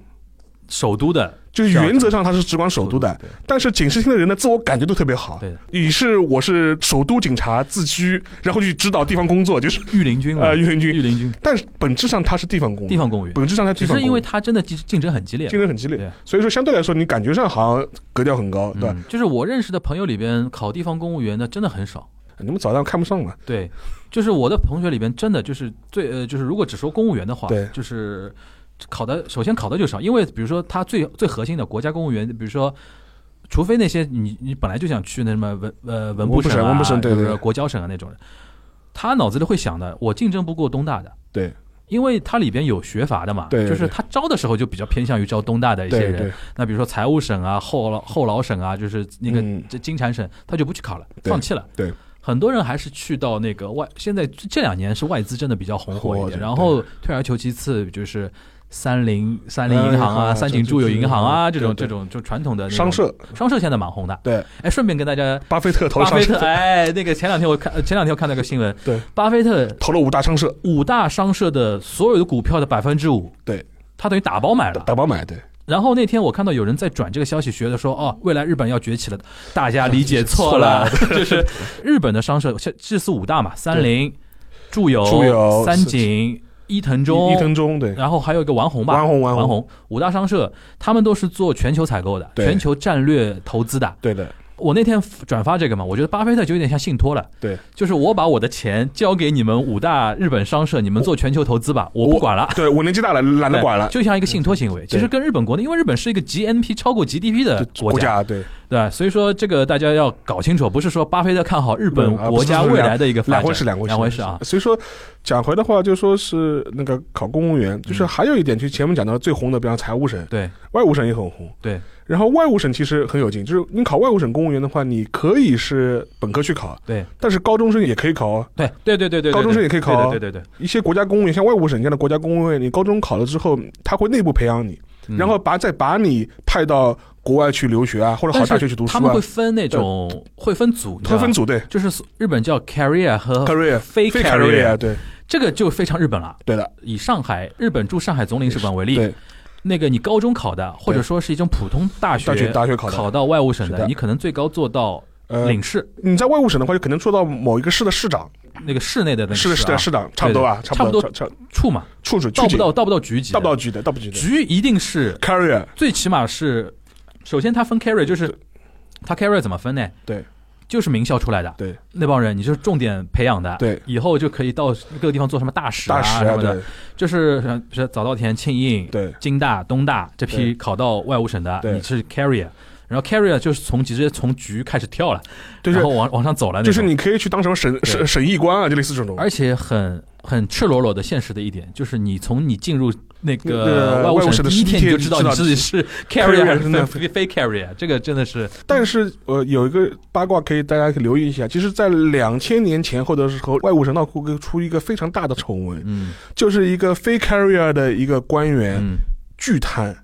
Speaker 3: 首都的，
Speaker 4: 就是原则上他是只管首都的，
Speaker 3: 对
Speaker 4: 但是警视厅的人呢，自我感觉都特别好。
Speaker 3: 对的，
Speaker 4: 你是我是首都警察自居，然后去指导地方工作，就是
Speaker 3: 御林军嘛
Speaker 4: 呃御林军
Speaker 3: 御林军，
Speaker 4: 但是本质上他是地方公务员，
Speaker 3: 嗯地方公务员，
Speaker 4: 本质上他地
Speaker 3: 只
Speaker 4: 方
Speaker 3: 是
Speaker 4: 公务员
Speaker 3: 因为他真的竞竞争很激烈
Speaker 4: 竞。争很激烈
Speaker 3: 对，
Speaker 4: 所以说相对来说你感觉上好像格调很高，对吧？
Speaker 3: 嗯，就是我认识的朋友里边考地方公务员的真的很少。
Speaker 4: 你们早上看不上嘛？
Speaker 3: 对，就是我的同学里边真的就是最呃，就是如果只说公务员的话，
Speaker 4: 对
Speaker 3: 就是考的首先考的就少，因为比如说他最最核心的国家公务员，比如说除非那些你你本来就想去那什么文呃文
Speaker 4: 文部
Speaker 3: 省
Speaker 4: 省
Speaker 3: 啊、
Speaker 4: 文部省对
Speaker 3: 就是
Speaker 4: 对对
Speaker 3: 国交省啊那种人，他脑子里会想的，我竞争不过东大的，
Speaker 4: 对
Speaker 3: 因为它里边有学阀的嘛，
Speaker 4: 对对
Speaker 3: 就是
Speaker 4: 对
Speaker 3: 他招的时候就比较偏向于招东大的一些
Speaker 4: 对
Speaker 3: 人，
Speaker 4: 对，
Speaker 3: 那比如说财务省啊、后劳后劳省啊，就是那个
Speaker 4: 嗯
Speaker 3: 这金产省，他就不去考了，
Speaker 4: 对
Speaker 3: 放弃了。
Speaker 4: 对
Speaker 3: 很多人还是去到那个外，现在这两年是外资真的比较红火一
Speaker 4: 火
Speaker 3: 点，
Speaker 4: 对
Speaker 3: 然后退而求其次就是三菱、三菱
Speaker 4: 三菱
Speaker 3: 银行
Speaker 4: 银行
Speaker 3: 啊、
Speaker 4: 啊
Speaker 3: 三井住友银行啊
Speaker 4: 这
Speaker 3: 这
Speaker 4: 这
Speaker 3: 种
Speaker 4: 对
Speaker 3: 这种就传统的那种
Speaker 4: 商，社
Speaker 3: 商社现在蛮红的。
Speaker 4: 对，
Speaker 3: 哎，顺便跟大家，
Speaker 4: 巴菲特投
Speaker 3: 巴
Speaker 4: 了商
Speaker 3: 菲特
Speaker 4: 社，
Speaker 3: 哎，那个前两天我看前两天我看到一个新闻，
Speaker 4: 对，
Speaker 3: 巴菲特
Speaker 4: 投了五大商社，
Speaker 3: 五大商社的所有的股票的百分之五，
Speaker 4: 对，
Speaker 3: 他等于打包买了。
Speaker 4: 打包买对，
Speaker 3: 然后那天我看到有人在转这个消息，觉得说哦，未来日本要崛起了，大家理解错 了， 就是日本的商社，像这是五大嘛，三菱、住友、
Speaker 4: 住友
Speaker 3: 三井、伊藤忠、
Speaker 4: 伊藤忠对
Speaker 3: 然后还有一个丸红吧，
Speaker 4: 丸红
Speaker 3: 丸
Speaker 4: 丸红
Speaker 3: 五大商社，他们都是做全球采购的，
Speaker 4: 对
Speaker 3: 全球战略投资的。
Speaker 4: 对的，
Speaker 3: 我那天转发这个嘛，我觉得巴菲特就有点像信托了，
Speaker 4: 对，
Speaker 3: 就是我把我的钱交给你们五大日本商社，你们做全球投资吧，我不管了。
Speaker 4: 对我年纪大了懒得管了，
Speaker 3: 就像一个信托行为。其实跟日本国内，因为日本是一个 GNP 超过 GDP 的
Speaker 4: 就国
Speaker 3: 家，
Speaker 4: 家对
Speaker 3: 对吧？所以说这个大家要搞清楚，不是说巴菲特看好日本
Speaker 4: 嗯啊
Speaker 3: 国家
Speaker 4: 不是
Speaker 3: 未
Speaker 4: 说两
Speaker 3: 来的一个发展
Speaker 4: 两回事，两回事，
Speaker 3: 两回事啊。
Speaker 4: 所以说，讲回的话，就说是那个考公务
Speaker 3: 嗯
Speaker 4: 员，就是还有一点，就前面讲到最红的，比方财务省、
Speaker 3: 对
Speaker 4: 外务省也很红。
Speaker 3: 对，
Speaker 4: 然后外务省其实很有劲，就是你考外务省公务员的话，你可以是本科去考，
Speaker 3: 对
Speaker 4: 但是高中生也可以考哦。
Speaker 3: 对对对对对，
Speaker 4: 高中生也可以考啊
Speaker 3: 对对对对
Speaker 4: 一些国家公务员，像外务省这样的国家公务员，你高中考了之后，他会内部培养你，
Speaker 3: 对。
Speaker 4: 然后把再把你派到国外去留学啊，或者好大学去读
Speaker 3: 他
Speaker 4: 书
Speaker 3: 们
Speaker 4: 啊
Speaker 3: 会。分那种会分组，
Speaker 4: 他分，组对
Speaker 3: 就是日本叫 career 和
Speaker 4: career
Speaker 3: 非
Speaker 4: 非
Speaker 3: career，
Speaker 4: career 对
Speaker 3: 这个就非常日本了。
Speaker 4: 对的
Speaker 3: 以上海日本驻上海总领事馆为例，
Speaker 4: 对
Speaker 3: 那个你高中考的，或者说是一种普通大学
Speaker 4: 大学大学考的
Speaker 3: 考到外务省
Speaker 4: 是的
Speaker 3: 你可能最高做到
Speaker 4: 呃
Speaker 3: 领事，
Speaker 4: 你在外务省的话，就可能做到某一个市的市长，
Speaker 3: 那个市内的那个
Speaker 4: 呃是的，是
Speaker 3: 啊
Speaker 4: 的，是的，差不多啊，
Speaker 3: 对
Speaker 4: 差不多，
Speaker 3: 差
Speaker 4: 差差
Speaker 3: 处嘛，
Speaker 4: 处处
Speaker 3: 到
Speaker 4: 去
Speaker 3: 不
Speaker 4: 警
Speaker 3: 到到不到局级的，啊
Speaker 4: 到不到局的，到不局的
Speaker 3: 局一定是
Speaker 4: carrier
Speaker 3: 最起码是，首先他分 carry 就是他 carry 怎么分呢？
Speaker 4: 对。
Speaker 3: 就是名校出来的，
Speaker 4: 对
Speaker 3: 那帮人，你就是重点培养的，
Speaker 4: 对
Speaker 3: 以后就可以到各个地方做什么大使啊
Speaker 4: 大使
Speaker 3: 什
Speaker 4: 啊，
Speaker 3: 么的，
Speaker 4: 对
Speaker 3: 就是呃比如说早稻田、庆应、
Speaker 4: 对
Speaker 3: 京大、东大这批
Speaker 4: 对
Speaker 3: 考到外务省的，
Speaker 4: 对
Speaker 3: 你是 carrier，然后 carrier 就是从直接从局开始跳了，
Speaker 4: 就是
Speaker 3: 然后往往上走了那
Speaker 4: 就
Speaker 3: 种，哎
Speaker 4: 是你可以去当什么审审审议官啊，就类似这种。
Speaker 3: 而且很很赤裸裸的现实的一点，就是你从你进入那个
Speaker 4: 呃
Speaker 3: 外
Speaker 4: 外
Speaker 3: 务
Speaker 4: 务
Speaker 3: 省
Speaker 4: 省的
Speaker 3: 第一天，你就
Speaker 4: 第
Speaker 3: 知
Speaker 4: 一天
Speaker 3: 道你
Speaker 4: 就知道
Speaker 3: 自己是 carrier
Speaker 4: carrier
Speaker 3: 还是
Speaker 4: 真的
Speaker 3: 非非 carrier，这个真的是
Speaker 4: 但是呃，有一个八卦可以大家可以留意一下，其实，在两千年前后的时候，外务省闹出出一个非常大的丑闻，
Speaker 3: 嗯
Speaker 4: 就是一个非 carrier 的一个官员
Speaker 3: 嗯，
Speaker 4: 巨贪，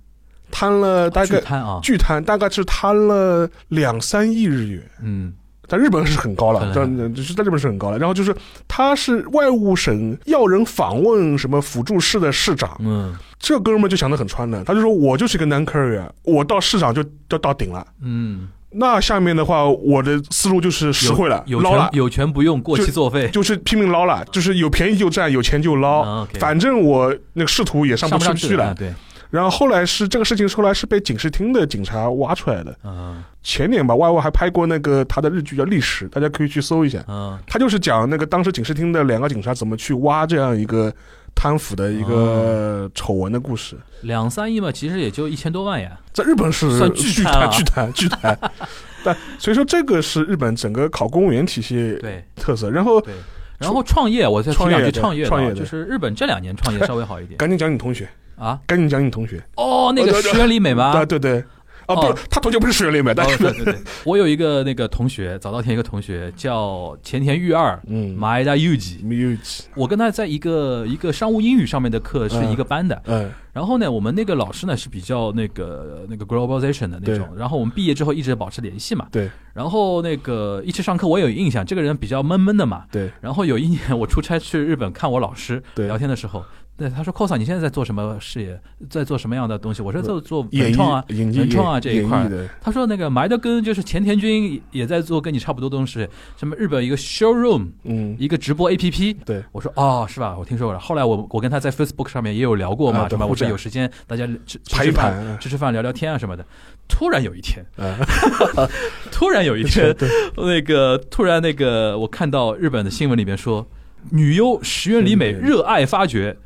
Speaker 4: 贪了大
Speaker 3: 巨
Speaker 4: 概
Speaker 3: 贪啊，
Speaker 4: 巨贪，大概是贪了两三亿日元。
Speaker 3: 嗯，
Speaker 4: 在日本是很高
Speaker 3: 很
Speaker 4: 了，
Speaker 3: 高
Speaker 4: 在就是在日本是很高了。然后就是他是外务省要人访问什么辅助市的市长，
Speaker 3: 嗯
Speaker 4: 这哥们儿就想得很穿的，他就说我就是一个 non carrier，我到市长就就到顶了。
Speaker 3: 嗯，
Speaker 4: 那下面的话，我的思路就是实惠了，
Speaker 3: 有
Speaker 4: 啊捞
Speaker 3: 权
Speaker 4: 了，
Speaker 3: 有权不用，过期作废，
Speaker 4: 就是拼命捞了，就是有便宜就占，有钱就
Speaker 3: 啊
Speaker 4: 捞
Speaker 3: ，OK。
Speaker 4: 反正我那个仕途也上
Speaker 3: 不
Speaker 4: 不上
Speaker 3: 去
Speaker 4: 去
Speaker 3: 啊
Speaker 4: 了。
Speaker 3: 对，
Speaker 4: 然后后来是这个事情，后来是被警视厅的警察挖出来的。
Speaker 3: 嗯
Speaker 4: 前年吧，YY 还拍过那个他的日剧叫《历史》，大家可以去搜一下。
Speaker 3: 嗯，
Speaker 4: 他就是讲那个当时警视厅的两个警察怎么去挖这样一个贪腐的一
Speaker 3: 哦
Speaker 4: 个丑闻的故事，
Speaker 3: 两三亿嘛，其实也就一千多万呀，
Speaker 4: 在日本是
Speaker 3: 算巨
Speaker 4: 巨
Speaker 3: 贪啊
Speaker 4: 巨贪巨贪。 但所以说这个是日本整个考公务员体系
Speaker 3: 对
Speaker 4: 特色。然后
Speaker 3: 对。然后创业，我再提
Speaker 4: 创业
Speaker 3: 两句
Speaker 4: 对
Speaker 3: 创业的
Speaker 4: 创
Speaker 3: 啊，
Speaker 4: 业对
Speaker 3: 就是日本这两年创业稍微好一点
Speaker 4: 赶紧讲你同学，
Speaker 3: 啊。
Speaker 4: 赶紧讲你同学
Speaker 3: 哦，那个
Speaker 4: 对对对
Speaker 3: 石原里美吗？
Speaker 4: 啊，对对啊，
Speaker 3: 哦
Speaker 4: 不是他同学不是石原里美，但
Speaker 3: 哦，
Speaker 4: 是
Speaker 3: 对对对， 我有一个那个同学，早稻田一个同学叫前田裕二，
Speaker 4: 嗯
Speaker 3: 马伊达裕吉，
Speaker 4: music
Speaker 3: 我跟他在一个一个商务英语上面的课是一个班的。
Speaker 4: 嗯
Speaker 3: 然后呢，我们那个老师呢是比较那个那个 globalization 的那种。然后我们毕业之后一直保持联系嘛。
Speaker 4: 对
Speaker 3: 然后那个一起上课我也有印象，这个人比较闷闷的嘛。
Speaker 4: 对
Speaker 3: 然后有一年我出差去日本看我老师，
Speaker 4: 对
Speaker 3: 聊天的时候，那他说 cos 你现在在做什么事业，在做什么样的东西？我说在做
Speaker 4: 演
Speaker 3: 文创啊
Speaker 4: 绎、演
Speaker 3: 文
Speaker 4: 绎
Speaker 3: 创啊这一
Speaker 4: 演
Speaker 3: 块
Speaker 4: 绎
Speaker 3: 儿。
Speaker 4: 的
Speaker 3: 他说那个埋的跟就是前田君也在做跟你差不多东西，什么日本一个 showroom
Speaker 4: 嗯
Speaker 3: 一个直播 APP。
Speaker 4: 对
Speaker 3: 我说哦，是吧？我听说过了。后来我我跟他在 Facebook 上面也有聊过嘛，
Speaker 4: 啊对
Speaker 3: 是吧？我
Speaker 4: 互
Speaker 3: 说
Speaker 4: 相
Speaker 3: 有时间大家吃吃
Speaker 4: 排
Speaker 3: 吃
Speaker 4: 一
Speaker 3: 饭
Speaker 4: 盘
Speaker 3: 吃吃饭聊聊天啊什么的。突然有一 天，
Speaker 4: 啊
Speaker 3: 突然有一天，那个突然那个我看到日本的新闻里面说，女优石原里美
Speaker 4: 嗯
Speaker 3: 热爱发掘，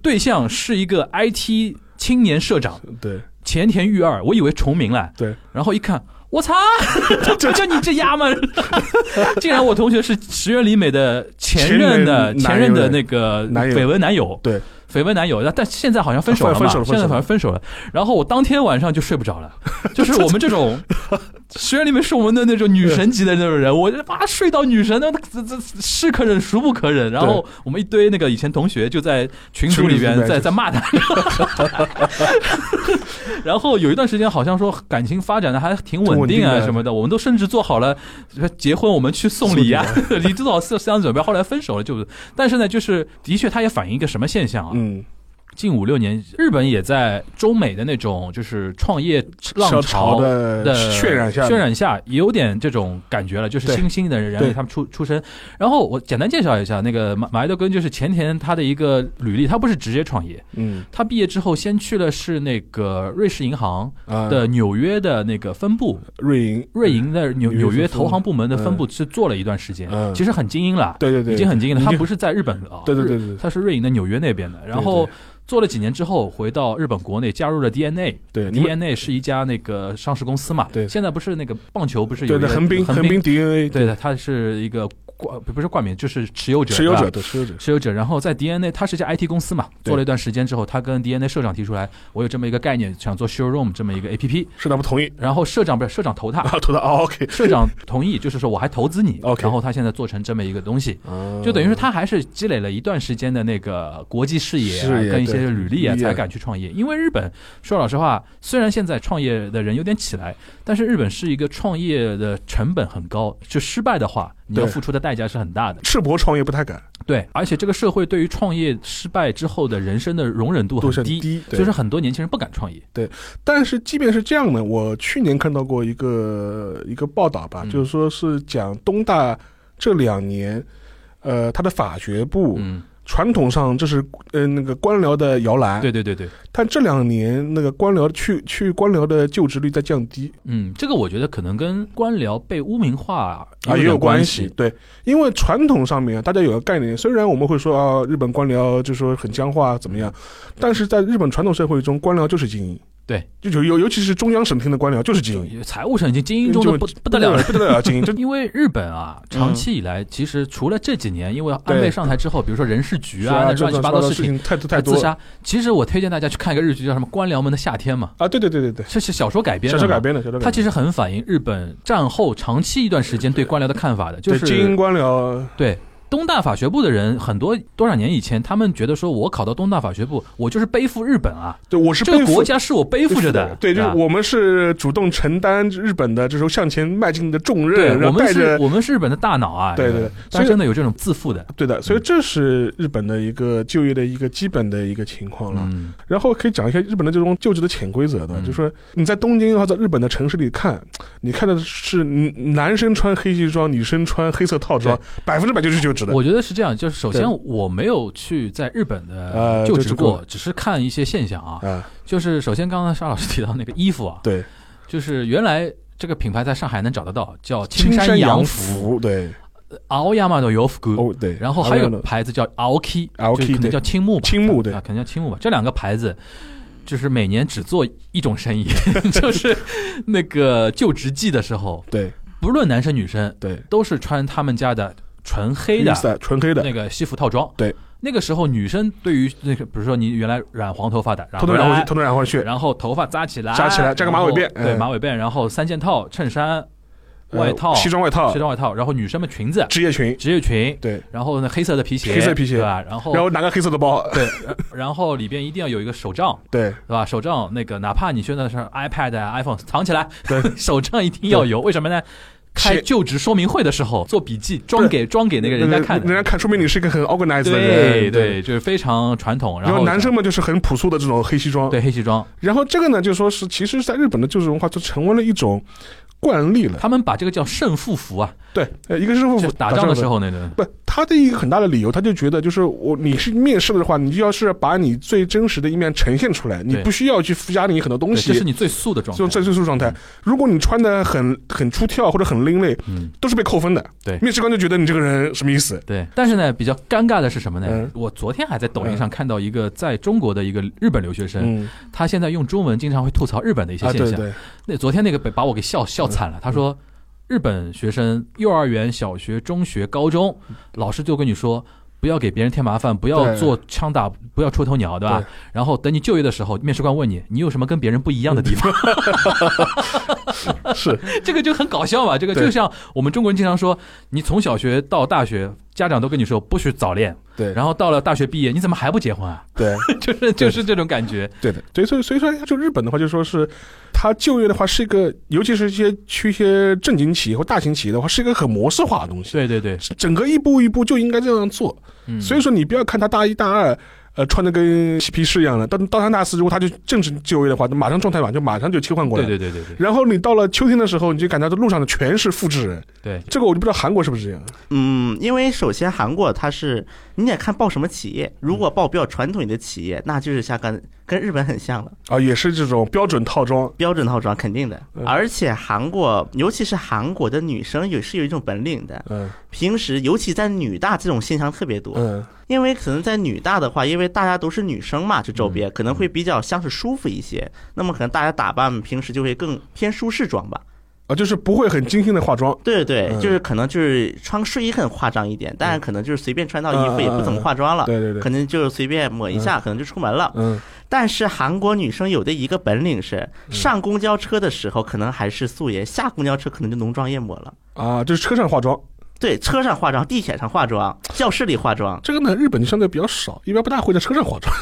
Speaker 3: 对象是一个 IT 青年社长。
Speaker 4: 对
Speaker 3: 前田裕二，我以为重名了，
Speaker 4: 对，
Speaker 3: 然后一看，我操， 就就你这丫们， 竟然我同学是石原里美的前任的前
Speaker 4: 前
Speaker 3: 任
Speaker 4: 任男友
Speaker 3: 的那个
Speaker 4: 男友
Speaker 3: 绯闻男友，
Speaker 4: 对，啊
Speaker 3: 绯闻男友，但但现在好像分手了嘛，
Speaker 4: 分手了
Speaker 3: 现
Speaker 4: 分手了
Speaker 3: 在好像分手了。然后我当天晚上就睡不着 了，就是我们这种石原里美是我们的那种女神级的那种人，我就妈睡到女神的这这是可忍孰不可忍。然后我们一堆那个以前同学就在群组里边
Speaker 4: 群里
Speaker 3: 在
Speaker 4: 面就是
Speaker 3: 在骂他，然后有一段时间好像说感情发展的还挺稳定
Speaker 4: 挺稳定
Speaker 3: 啊
Speaker 4: 的
Speaker 3: 什么的，我们都甚至做好了结婚我们去送礼啊， 你至少思想准备。后来分手了就，但是呢，就是的确它也反映一个什么现象啊？
Speaker 4: 嗯，
Speaker 3: 近五六年，日本也在中美的那种就是创业浪
Speaker 4: 小潮的
Speaker 3: 的
Speaker 4: 渲染下，
Speaker 3: 渲染下有点这种感觉了，就是
Speaker 4: 对
Speaker 3: 新兴的人
Speaker 4: 对
Speaker 3: 类他们出出身。然后我简单介绍一下那个马马伊德根，就是前田他的一个履历，他不是直接创业，
Speaker 4: 嗯
Speaker 3: 他毕业之后先去了是那个瑞士银行
Speaker 4: 啊
Speaker 3: 的纽约的那个分部，
Speaker 4: 瑞银，
Speaker 3: 瑞银的纽
Speaker 4: 纽约
Speaker 3: 纽约
Speaker 4: 分部
Speaker 3: 投行部门的分
Speaker 4: 嗯
Speaker 3: 部是做了一段时间，
Speaker 4: 嗯
Speaker 3: 其实很精英了，
Speaker 4: 对对对，
Speaker 3: 已经很精英了。
Speaker 4: 已
Speaker 3: 他
Speaker 4: 经
Speaker 3: 不是在日本的啊，
Speaker 4: 对对
Speaker 3: 日
Speaker 4: 对对
Speaker 3: 他是瑞银的纽约那边的，然后
Speaker 4: 对
Speaker 3: 做了几年之后回到日本国内，加入了 DNA。
Speaker 4: 对你们
Speaker 3: DNA 是一家那个上市公司嘛，
Speaker 4: 对
Speaker 3: 现在不是那个棒球不是有
Speaker 4: 对
Speaker 3: 一个
Speaker 4: 对横滨
Speaker 3: 横
Speaker 4: 横滨 DNA
Speaker 3: 对的，它是一个冠不是冠冕，就是持有者，
Speaker 4: 持有
Speaker 3: 对吧啊
Speaker 4: 者对持有者，
Speaker 3: 持有者，然后在 DNA，它是一家 IT 公司嘛，
Speaker 4: 对
Speaker 3: 做了一段时间之后，他跟 DNA 社长提出来，我有这么一个概念，想做 Showroom 这么一个 APP，
Speaker 4: 社长不同意
Speaker 3: 然后社长不是社长投他，
Speaker 4: 啊，投的啊 OK，
Speaker 3: 社长同意，就是说我还投资你
Speaker 4: OK
Speaker 3: 然后他现在做成这么一个东西，
Speaker 4: 啊
Speaker 3: 就等于说他还是积累了一段时间的那个国际视野、啊、
Speaker 4: 视野
Speaker 3: 跟一些
Speaker 4: 对
Speaker 3: 履历啊，
Speaker 4: 履历啊
Speaker 3: 才敢去创业。因为日本说老实话，虽然现在创业的人有点起来，但是日本是一个创业的成本很高，就失败的话，你要
Speaker 4: 对
Speaker 3: 付出的代价是很大的。
Speaker 4: 赤膊创业不太敢，
Speaker 3: 对，而且这个社会对于创业失败之后的人生的容忍度
Speaker 4: 都是
Speaker 3: 很
Speaker 4: 很
Speaker 3: 低，
Speaker 4: 低，对
Speaker 3: 所以说很多年轻人不敢创业。
Speaker 4: 但是即便是这样呢，我去年看到过一个一个报道吧，
Speaker 3: 嗯
Speaker 4: 就是说是讲东大这两年，呃，他的法学部、
Speaker 3: 嗯，
Speaker 4: 传统上这是呃那个官僚的摇篮，
Speaker 3: 对，对对对，
Speaker 4: 但这两年那个官僚去去官僚的就职率在降低
Speaker 3: 嗯，这个我觉得可能跟官僚被污名化
Speaker 4: 啊
Speaker 3: 有
Speaker 4: 也有
Speaker 3: 点关
Speaker 4: 系，。对，因为传统上面大家有个概念，虽然我们会说啊日本官僚就说很僵化怎么样，但是在日本传统社会中，官僚就是精英，
Speaker 3: 对，
Speaker 4: 就尤尤尤其是中央审听的官僚就是精英，
Speaker 3: 财务上已经精英中的不不得了了，
Speaker 4: 不得了， 精英就
Speaker 3: 因为日本啊，长期以来其实除了这几年，因为安倍
Speaker 4: 对
Speaker 3: 上台之后，比如说人事局
Speaker 4: 是
Speaker 3: 啊，那
Speaker 4: 这
Speaker 3: 乱七八糟
Speaker 4: 糟
Speaker 3: 事
Speaker 4: 事
Speaker 3: 情，
Speaker 4: 情太多
Speaker 3: 还
Speaker 4: 太
Speaker 3: 自
Speaker 4: 多
Speaker 3: 杀。其实我推荐大家去看一个日剧，叫什么《官僚们的夏天》嘛，
Speaker 4: 啊！对对对对对，
Speaker 3: 这是小说改编
Speaker 4: 小
Speaker 3: 的。
Speaker 4: 说改。编的，小说改
Speaker 3: 它
Speaker 4: 编的。
Speaker 3: 其实很反映日本战后长期一段时间对官僚的看法的，就
Speaker 4: 对精英
Speaker 3: 是
Speaker 4: 官僚，
Speaker 3: 对东大法学部的人，很多多少年以前，他们觉得说我考到东大法学部，我就是背负日本啊，
Speaker 4: 对我是
Speaker 3: 这
Speaker 4: 背
Speaker 3: 个
Speaker 4: 负
Speaker 3: 国家是我背负着的，
Speaker 4: 对，就是
Speaker 3: 吧
Speaker 4: 我们是主动承担日本的这种向前迈进的重任，
Speaker 3: 对，
Speaker 4: 然
Speaker 3: 我
Speaker 4: 后
Speaker 3: 们
Speaker 4: 带
Speaker 3: 是
Speaker 4: 着
Speaker 3: 我们是日本的大脑啊，
Speaker 4: 对对对
Speaker 3: 但
Speaker 4: 所以
Speaker 3: 真的有这种自 负的，
Speaker 4: 对的，
Speaker 3: 嗯
Speaker 4: 所以这是日本的一个就业的一个基本的一个情况了。
Speaker 3: 嗯，
Speaker 4: 然后可以讲一下日本的这种就职的潜规则的，
Speaker 3: 嗯
Speaker 4: 就说你在东京或者日本的城市里看，你看的是男生穿黑西装，女生穿黑色套装，百分之百就是就职的。
Speaker 3: 我觉得是这样，就是首先
Speaker 4: 对
Speaker 3: 我没有去在日本的
Speaker 4: 呃
Speaker 3: 就
Speaker 4: 就
Speaker 3: 职
Speaker 4: 职
Speaker 3: 过，
Speaker 4: 过
Speaker 3: 只是看一些现象啊。
Speaker 4: 啊，
Speaker 3: 就是首先刚刚沙老师提到那个衣服啊，
Speaker 4: 对，
Speaker 3: 就是原来这个品牌在上海能找得到，叫
Speaker 4: 青
Speaker 3: 山洋
Speaker 4: 洋
Speaker 3: 服，
Speaker 4: 对，
Speaker 3: 奥亚马的洋服。
Speaker 4: 哦对，
Speaker 3: 然后还有
Speaker 4: 呢
Speaker 3: 牌子叫 Aoki，
Speaker 4: Aoki，
Speaker 3: 就可能
Speaker 4: 对
Speaker 3: 叫青木吧，
Speaker 4: 青木对
Speaker 3: 啊，可能叫青木吧。这两个牌子就是每年只做一种生意， 就是那个就职季的时候，
Speaker 4: 对
Speaker 3: 不论男生女生，
Speaker 4: 对，
Speaker 3: 都是穿他们家的纯黑的
Speaker 4: 绿色纯黑的，
Speaker 3: 那个西服套装。
Speaker 4: 对，
Speaker 3: 那个时候女生对于那个，比如说你原来染黄头发的，然
Speaker 4: 偷
Speaker 3: 后
Speaker 4: 偷染回去，
Speaker 3: 来
Speaker 4: 偷偷染回去，
Speaker 3: 然后头发扎起来，
Speaker 4: 扎起来扎个马尾辫
Speaker 3: 然后对
Speaker 4: 嗯
Speaker 3: 马尾辫，然后三件套，衬衫、
Speaker 4: 呃
Speaker 3: 外套、
Speaker 4: 西装外套
Speaker 3: 西、装外套，然后女生们裙子、
Speaker 4: 职业裙，
Speaker 3: 职业裙，
Speaker 4: 对，
Speaker 3: 然后呢黑色的皮鞋，
Speaker 4: 黑色皮鞋
Speaker 3: 对吧？然后
Speaker 4: 然后拿个黑色的包，
Speaker 3: 对，然 然后里边一定要有一个手杖，
Speaker 4: 对
Speaker 3: 对吧？手杖那个，哪怕你现在是 iPad 啊、iPhone 藏起来，
Speaker 4: 对
Speaker 3: 手杖一定要有，为什么呢？开
Speaker 4: 切
Speaker 3: 就职说明会的时候做笔记，装给装给那个人家看的，
Speaker 4: 人家看，说明你是一个很 organized 的
Speaker 3: 对
Speaker 4: 人，
Speaker 3: 对，。就是非常传统。
Speaker 4: 然
Speaker 3: 后
Speaker 4: 后男生们就是很朴素的这种黑西装，
Speaker 3: 对黑西装，
Speaker 4: 然后这个呢，就说是其实，在日本的就职文化就成为了一种惯例了。
Speaker 3: 他们把这个叫胜负服啊，
Speaker 4: 对，呃，一个是政
Speaker 3: 就
Speaker 4: 府
Speaker 3: 打仗的时
Speaker 4: 候，
Speaker 3: 候那个
Speaker 4: 不，他的一个很大的理由，他就觉得就是我你是面试的话，你就要是把你最真实的一面呈现出来，你
Speaker 3: 对
Speaker 4: 不需要去附加你很多东
Speaker 3: 对这是
Speaker 4: 西。
Speaker 3: 你最素的状
Speaker 4: 就
Speaker 3: 态。
Speaker 4: 在最素状态
Speaker 3: 嗯，
Speaker 4: 如果你穿的很很出跳或者很另类，
Speaker 3: 嗯，
Speaker 4: 都是被扣分的。
Speaker 3: 对
Speaker 4: 面试官就觉得你这个人什么意思？
Speaker 3: 对，但是呢，比较尴尬的是什么呢？
Speaker 4: 嗯
Speaker 3: 我昨天还在抖音上看到一个在中国的一个日本留学生，
Speaker 4: 嗯
Speaker 3: 他现在用中文经常会吐槽日本的一些
Speaker 4: 啊，
Speaker 3: 现
Speaker 4: 对嗯
Speaker 3: 象。
Speaker 4: 对，
Speaker 3: 那昨天那个被把我给笑笑惨了，他说。日本学生幼儿园、小学、中学、高中，
Speaker 4: 嗯
Speaker 3: 老师就跟你说，不要给别人添麻烦，不要
Speaker 4: 对
Speaker 3: 做枪打，不要出头鸟，对吧
Speaker 4: 对？
Speaker 3: 然后等你就业的时候，面试官问你，你有什么跟别人不一样的地方？
Speaker 4: 是
Speaker 3: 这个就很搞笑嘛。这个
Speaker 4: 对
Speaker 3: 就像我们中国人经常说，你从小学到大学，家长都跟你说不许早恋，
Speaker 4: 对，
Speaker 3: 然后到了大学毕业，你怎么还不结婚啊？
Speaker 4: 对
Speaker 3: 就是就是这种感觉。
Speaker 4: 对的，对，所以所以说，就日本的话，就说是它就业的话是一个，尤其是一些去一些正经企业或大型企业的话，是一个很模式化的东西。
Speaker 3: 对对对，
Speaker 4: 整个一步一步就应该这样做。
Speaker 3: 嗯，
Speaker 4: 所以说，你不要看他大一大二。呃，穿的跟嬉皮士一样的，到到他大四，如果他就正式就业的话，那马上状态板就马上就切换过来。
Speaker 3: 对对对对对
Speaker 4: 然后你到了秋天的时候，你就感觉到路上的全是复制人，
Speaker 3: 对，
Speaker 4: 这个我就不知道韩国是不是这样。
Speaker 2: 嗯，因为首先韩国它是你得看报什么企业，如果报比较传统的企
Speaker 4: 嗯
Speaker 2: 业，那就是像跟跟日本很像了，
Speaker 4: 啊，也是这种标准套装。
Speaker 2: 标准套装肯定的
Speaker 4: 嗯。
Speaker 2: 而且韩国，尤其是韩国的女生也是有一种本领的，
Speaker 4: 嗯
Speaker 2: 平时尤其在女大这种现象特别多，
Speaker 4: 嗯，
Speaker 2: 因为可能在女大的话，因为大家都是女生嘛，这周边可能会比较相处舒服一些，那么可能大家打扮平时就会更偏舒适装吧。
Speaker 4: 啊，就是不会很精心的化妆。
Speaker 2: 对对，
Speaker 4: 嗯
Speaker 2: 就是可能就是穿睡衣很夸张一点，但是可能就是随便穿套衣服也不怎么化妆了，
Speaker 4: 对对对
Speaker 2: 可，能就是随便抹一下，可能就出门了。
Speaker 4: 嗯，
Speaker 2: 但是韩国女生有的一个本领是，上公交车的时候可能还是素颜，下公交车可能就浓妆艳抹了。
Speaker 4: 啊，就是车上化妆。
Speaker 2: 对，车上化妆，地铁上化妆，教室里化妆。
Speaker 4: 这个呢，日本就相对比较少，一般不大会在车上化妆，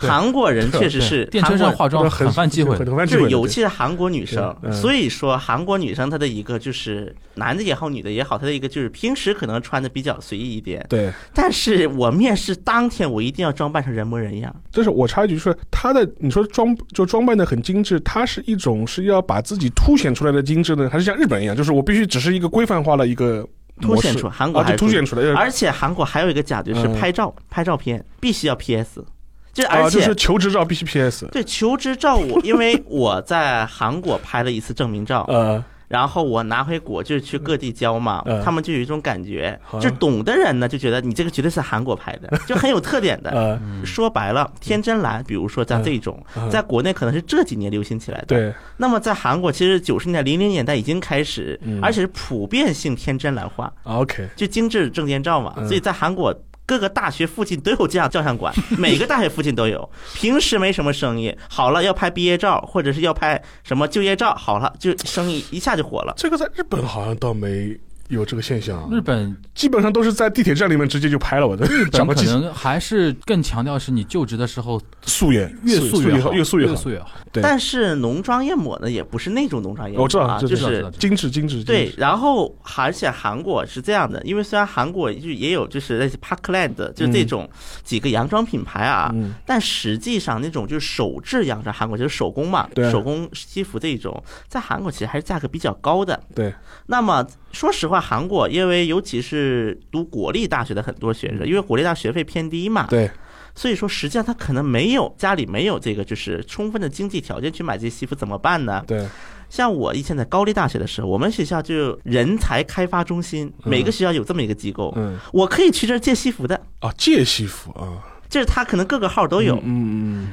Speaker 3: 对
Speaker 2: 韩国人确实是
Speaker 3: 电车上
Speaker 2: 韩国
Speaker 3: 化妆
Speaker 4: 很
Speaker 3: 很犯忌讳
Speaker 4: 很犯忌讳
Speaker 2: 是
Speaker 4: 的。
Speaker 2: 尤其是韩国女生
Speaker 4: 对，嗯
Speaker 2: 所以说韩国女生她的一个就是男的也好，女的也好，她的一个就是平时可能穿的比较随意一点，
Speaker 4: 对，
Speaker 2: 但是我面试当天我一定要装扮成人模人样。
Speaker 4: 但是我插一句，就是他的你说装就装扮的很精致，它是一种是要把自己凸显出来的精致呢，还是像日本一样，就是我必须只是一个规范化的一个模
Speaker 2: 凸
Speaker 4: 式
Speaker 2: 显出韩国
Speaker 4: 啊，
Speaker 2: 还
Speaker 4: 就是凸显出来，
Speaker 2: 而且韩国还有一个讲究是
Speaker 4: 嗯
Speaker 2: 拍照，拍照片必须要 PS，就
Speaker 4: 啊，
Speaker 2: 而
Speaker 4: 就
Speaker 2: 且、
Speaker 4: 是求职照必须 PS，
Speaker 2: 对求职照我，因为我在韩国拍了一次证明照，
Speaker 4: 呃，
Speaker 2: 然后我拿回国就是去各地交嘛
Speaker 4: 嗯，
Speaker 2: 他们就有一种感觉
Speaker 4: 啊，
Speaker 2: 就懂的人呢就觉得你这个绝对是韩国拍 的，就很有特点的。
Speaker 4: 呃，
Speaker 2: 说白了，天真蓝，比如说像这种
Speaker 4: 嗯嗯，
Speaker 2: 在国内可能是这几年流行起来的。
Speaker 4: 对，
Speaker 2: 那么在韩国，其实九十年代、零零年代已经开始，
Speaker 4: 嗯
Speaker 2: 而且是普遍性天真蓝化，
Speaker 4: 啊 OK，
Speaker 2: 就精致证件照嘛。
Speaker 4: 嗯
Speaker 2: 所以在韩国各个大学附近都有这样照相 馆，每个大学附近都有。平时没什么生意，好了要拍毕业照，或者是要拍什么就业照，好了就生意一下就火了。
Speaker 4: 这个在日本好像倒没有这个现象，
Speaker 3: 日本
Speaker 4: 基本上都是在地铁站里面直接就拍了，我的日
Speaker 3: 本可能还是更强调是你就职的时候
Speaker 4: 素颜，
Speaker 3: 越素
Speaker 4: 越
Speaker 3: 好，
Speaker 4: 越素
Speaker 3: 越
Speaker 4: 好，
Speaker 3: 素越好。
Speaker 4: 对
Speaker 2: 但是浓妆艳抹呢，也不是那种浓妆艳抹、啊，
Speaker 4: 我知道
Speaker 2: 就
Speaker 4: 知道
Speaker 3: 知
Speaker 2: 是
Speaker 3: 道
Speaker 4: 精致精致，精
Speaker 2: 对
Speaker 4: 致，，
Speaker 2: 然后而且韩国是这样的，因为虽然韩国就也有就是类似 Parkland 就是这种几个洋装品牌啊，
Speaker 4: 嗯
Speaker 2: 但实际上那种就是手制洋装，韩国就是手工嘛
Speaker 4: 对啊，
Speaker 2: 手工西服这种，在韩国其实还是价格比较高的。
Speaker 4: 对，
Speaker 2: 那么说实话，韩国因为尤其是读国立大学的很多学生，因为国立大学费偏低嘛，
Speaker 4: 对，
Speaker 2: 所以说实际上他可能没有家里没有这个就是充分的经济条件去买这些西服，怎么办呢？
Speaker 4: 对，
Speaker 3: 啊
Speaker 2: 像我以前在高丽大学的时候，我们学校就有人才开发中心，
Speaker 4: 嗯
Speaker 2: 每个学校有这么一个机构，
Speaker 4: 嗯，
Speaker 2: 我可以去这儿借西服的，
Speaker 4: 啊，借西服啊，
Speaker 2: 就是他可能各个号都有。
Speaker 4: 嗯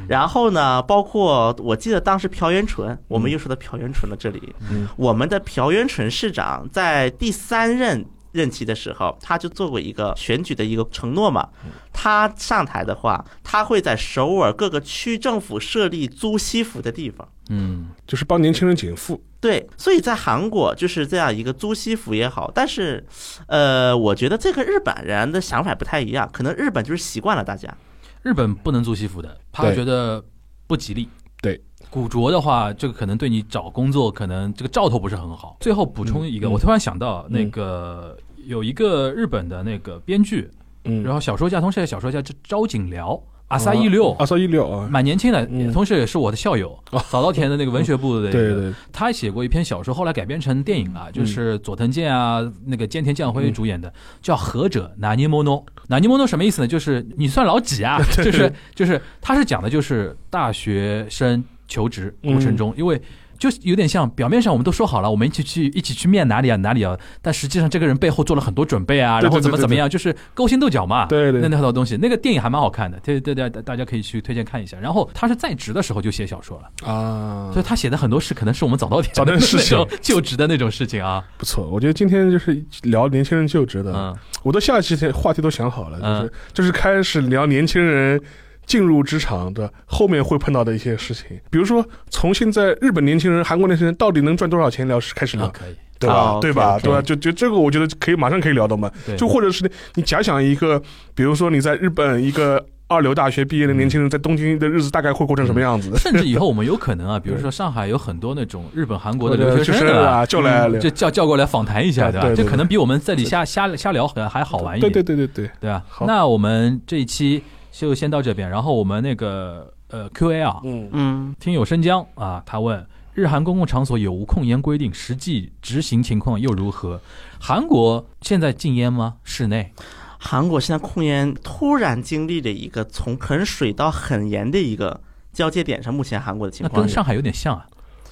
Speaker 4: 嗯
Speaker 2: 然后呢，包括我记得当时朴元淳，我们又说到朴元淳了，这里，
Speaker 4: 嗯
Speaker 2: 我们的朴元淳市长在第三任。任期的时候，他就做过一个选举的一个承诺嘛。他上台的话，他会在首尔各个区政府设立租西服的地方。
Speaker 3: 嗯，
Speaker 4: 嗯，就是帮年轻人减负，
Speaker 2: 对，所以在韩国就是这样一个租西服也好，但是，呃，我觉得这个日本人的想法不太一样，可能日本就是习惯了大家。
Speaker 3: 日本不能租西服的，他
Speaker 4: 对
Speaker 3: 觉得不吉利。
Speaker 4: 对，
Speaker 3: 古着的话，这个可能对你找工作可能这个兆头不是很好。最后补充一个，
Speaker 4: 嗯
Speaker 3: 我突然想到
Speaker 4: 嗯
Speaker 3: 那个有一个日本的那个编剧，
Speaker 4: 嗯，
Speaker 3: 然后小说家，同时也小说家，这招景辽，阿萨一六，
Speaker 4: 二三一六啊，
Speaker 3: 蛮年轻的，
Speaker 4: 嗯哦
Speaker 3: 同时也是我的校友，早稻田的那个文学部的一个
Speaker 4: 对对，
Speaker 3: 他写过一篇小说，后来改编成电影
Speaker 4: 嗯
Speaker 3: 了，就是佐藤健啊，那个菅田将晖主演的，叫《何者拿尼莫诺》。拿尼莫诺什么意思呢？就是你算老几 啊？就是就是，他是讲的就是大学生求职过程
Speaker 4: 嗯
Speaker 3: 中，因为。就有点像，表面上我们都说好了，我们一起去一起去面哪里啊哪里啊，但实际上这个人背后做了很多准备啊，
Speaker 4: 对
Speaker 3: 然后
Speaker 4: 对
Speaker 3: 怎么
Speaker 4: 对对
Speaker 3: 怎么样，就是勾心斗角嘛。
Speaker 4: 对对
Speaker 3: 那那套东西，那个电影还蛮好看的，对对对，大家可以去推荐看一下。然后他是在职的时候就写小说了，
Speaker 4: 啊
Speaker 3: 所以他写的很多事可能是我们早稻田
Speaker 4: 早稻田事情
Speaker 3: 那种就职的那种事情啊。
Speaker 4: 不错，我觉得今天就是聊年轻人就职的，
Speaker 3: 嗯，
Speaker 4: 我都下期话题都想好了，
Speaker 3: 嗯
Speaker 4: 就是、就是开始聊年轻人进入职场的后面会碰到的一些事情，比如说从现在日本年轻人、韩国年轻人到底能赚多少钱聊开始聊，
Speaker 3: 啊可以，
Speaker 4: 对吧？
Speaker 2: 哦
Speaker 4: 对吧？
Speaker 2: OK，OK
Speaker 4: 对吧？就就这个，我觉得可以马上可以聊到嘛。
Speaker 3: 对，
Speaker 4: 就或者是你假想一个，比如说你在日本一个二流大学毕业的年轻人，在东京的日子大概会过成什么样子？
Speaker 3: 甚至以后我们有可能啊，比如说上海有很多那种日本、韩国的留学
Speaker 4: 就
Speaker 3: 生
Speaker 4: 是
Speaker 3: 啊，
Speaker 4: 啊，就来聊
Speaker 3: 就叫叫过来访谈一下，
Speaker 4: 啊
Speaker 3: 对吧？
Speaker 4: 对对
Speaker 3: 这
Speaker 4: 对
Speaker 3: 可能比我们这里瞎瞎瞎聊还还好玩一
Speaker 4: 对
Speaker 3: 点，
Speaker 4: 对对对对，
Speaker 3: 对吧？
Speaker 4: 好
Speaker 3: 那我们这一期就先到这边，然后我们那个呃 Q&A 啊，
Speaker 4: 嗯，
Speaker 2: 嗯，
Speaker 3: 听友生姜啊，他问：日韩公共场所有无控烟规定，实际执行情况又如何？韩国现在禁烟吗？室内？
Speaker 2: 韩国现在控烟突然经历了一个从很水到很严的一个交界点上，目前韩国的情
Speaker 3: 那
Speaker 2: 况
Speaker 3: 跟，上海有点像啊。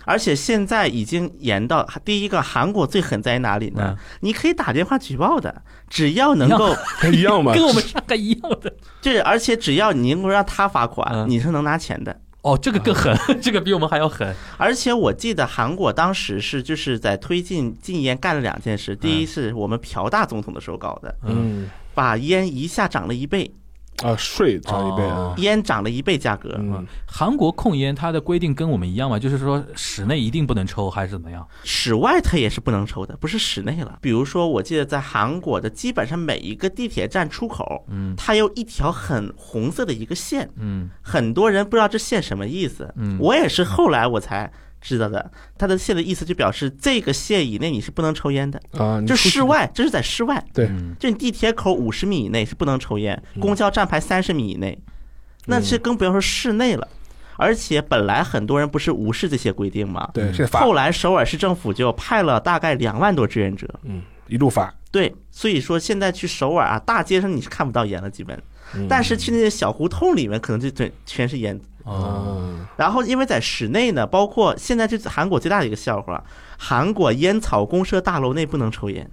Speaker 2: 而且现在已经严到第一个，韩国最狠在哪里呢？你可以打电话举报的，只要能 够，
Speaker 4: 一样嘛，
Speaker 3: 跟我们上海一样的。
Speaker 2: 就是而且只要你能够让他罚款，
Speaker 3: 嗯
Speaker 2: 你是能拿钱的。
Speaker 3: 哦，这个更狠，这个比我们还要狠。
Speaker 2: 而且我记得韩国当时是就是在推进禁烟干了两件事，第一是我们朴大总统的时候搞的，
Speaker 4: 嗯
Speaker 2: 把烟一下涨了一倍，
Speaker 4: 啊，税涨一倍啊
Speaker 3: 哦，
Speaker 2: 烟涨了一倍价格。
Speaker 4: 嗯，
Speaker 3: 韩国控烟，它的规定跟我们一样嘛，就是说室内一定不能抽，还是怎么样？
Speaker 2: 室外它也是不能抽的，不是室内了。比如说，我记得在韩国的基本上每一个地铁站出口，
Speaker 3: 嗯
Speaker 2: 它有一条很红色的一个线，
Speaker 3: 嗯
Speaker 2: 很多人不知道这线什么意思。
Speaker 3: 嗯
Speaker 2: 我也是后来我才知道的，它的线的意思就表示这个线以内你是不能抽烟的，
Speaker 4: 啊，你
Speaker 2: 就
Speaker 4: 出去
Speaker 2: 室外，这是在室外。
Speaker 4: 对嗯
Speaker 3: 嗯
Speaker 2: 就你地铁口五十米以内是不能抽烟，公交站牌三十米以内，那是更不要说室内了。而且本来很多人不是无视这些规定吗？
Speaker 4: 对，
Speaker 3: 嗯
Speaker 4: 现在罚
Speaker 2: 后来首尔市政府就派了大概两万多志愿者，
Speaker 4: 嗯，一路罚，
Speaker 2: 对，所以说现在去首尔啊，大街上你是看不到烟了，基本，
Speaker 4: 嗯
Speaker 2: 但是去那些小胡同里面，可能就对全是烟。
Speaker 3: 哦，
Speaker 4: 嗯
Speaker 2: 然后因为在室内呢，包括现在这是韩国最大的一个笑话，韩国烟草公社大楼内不能抽烟，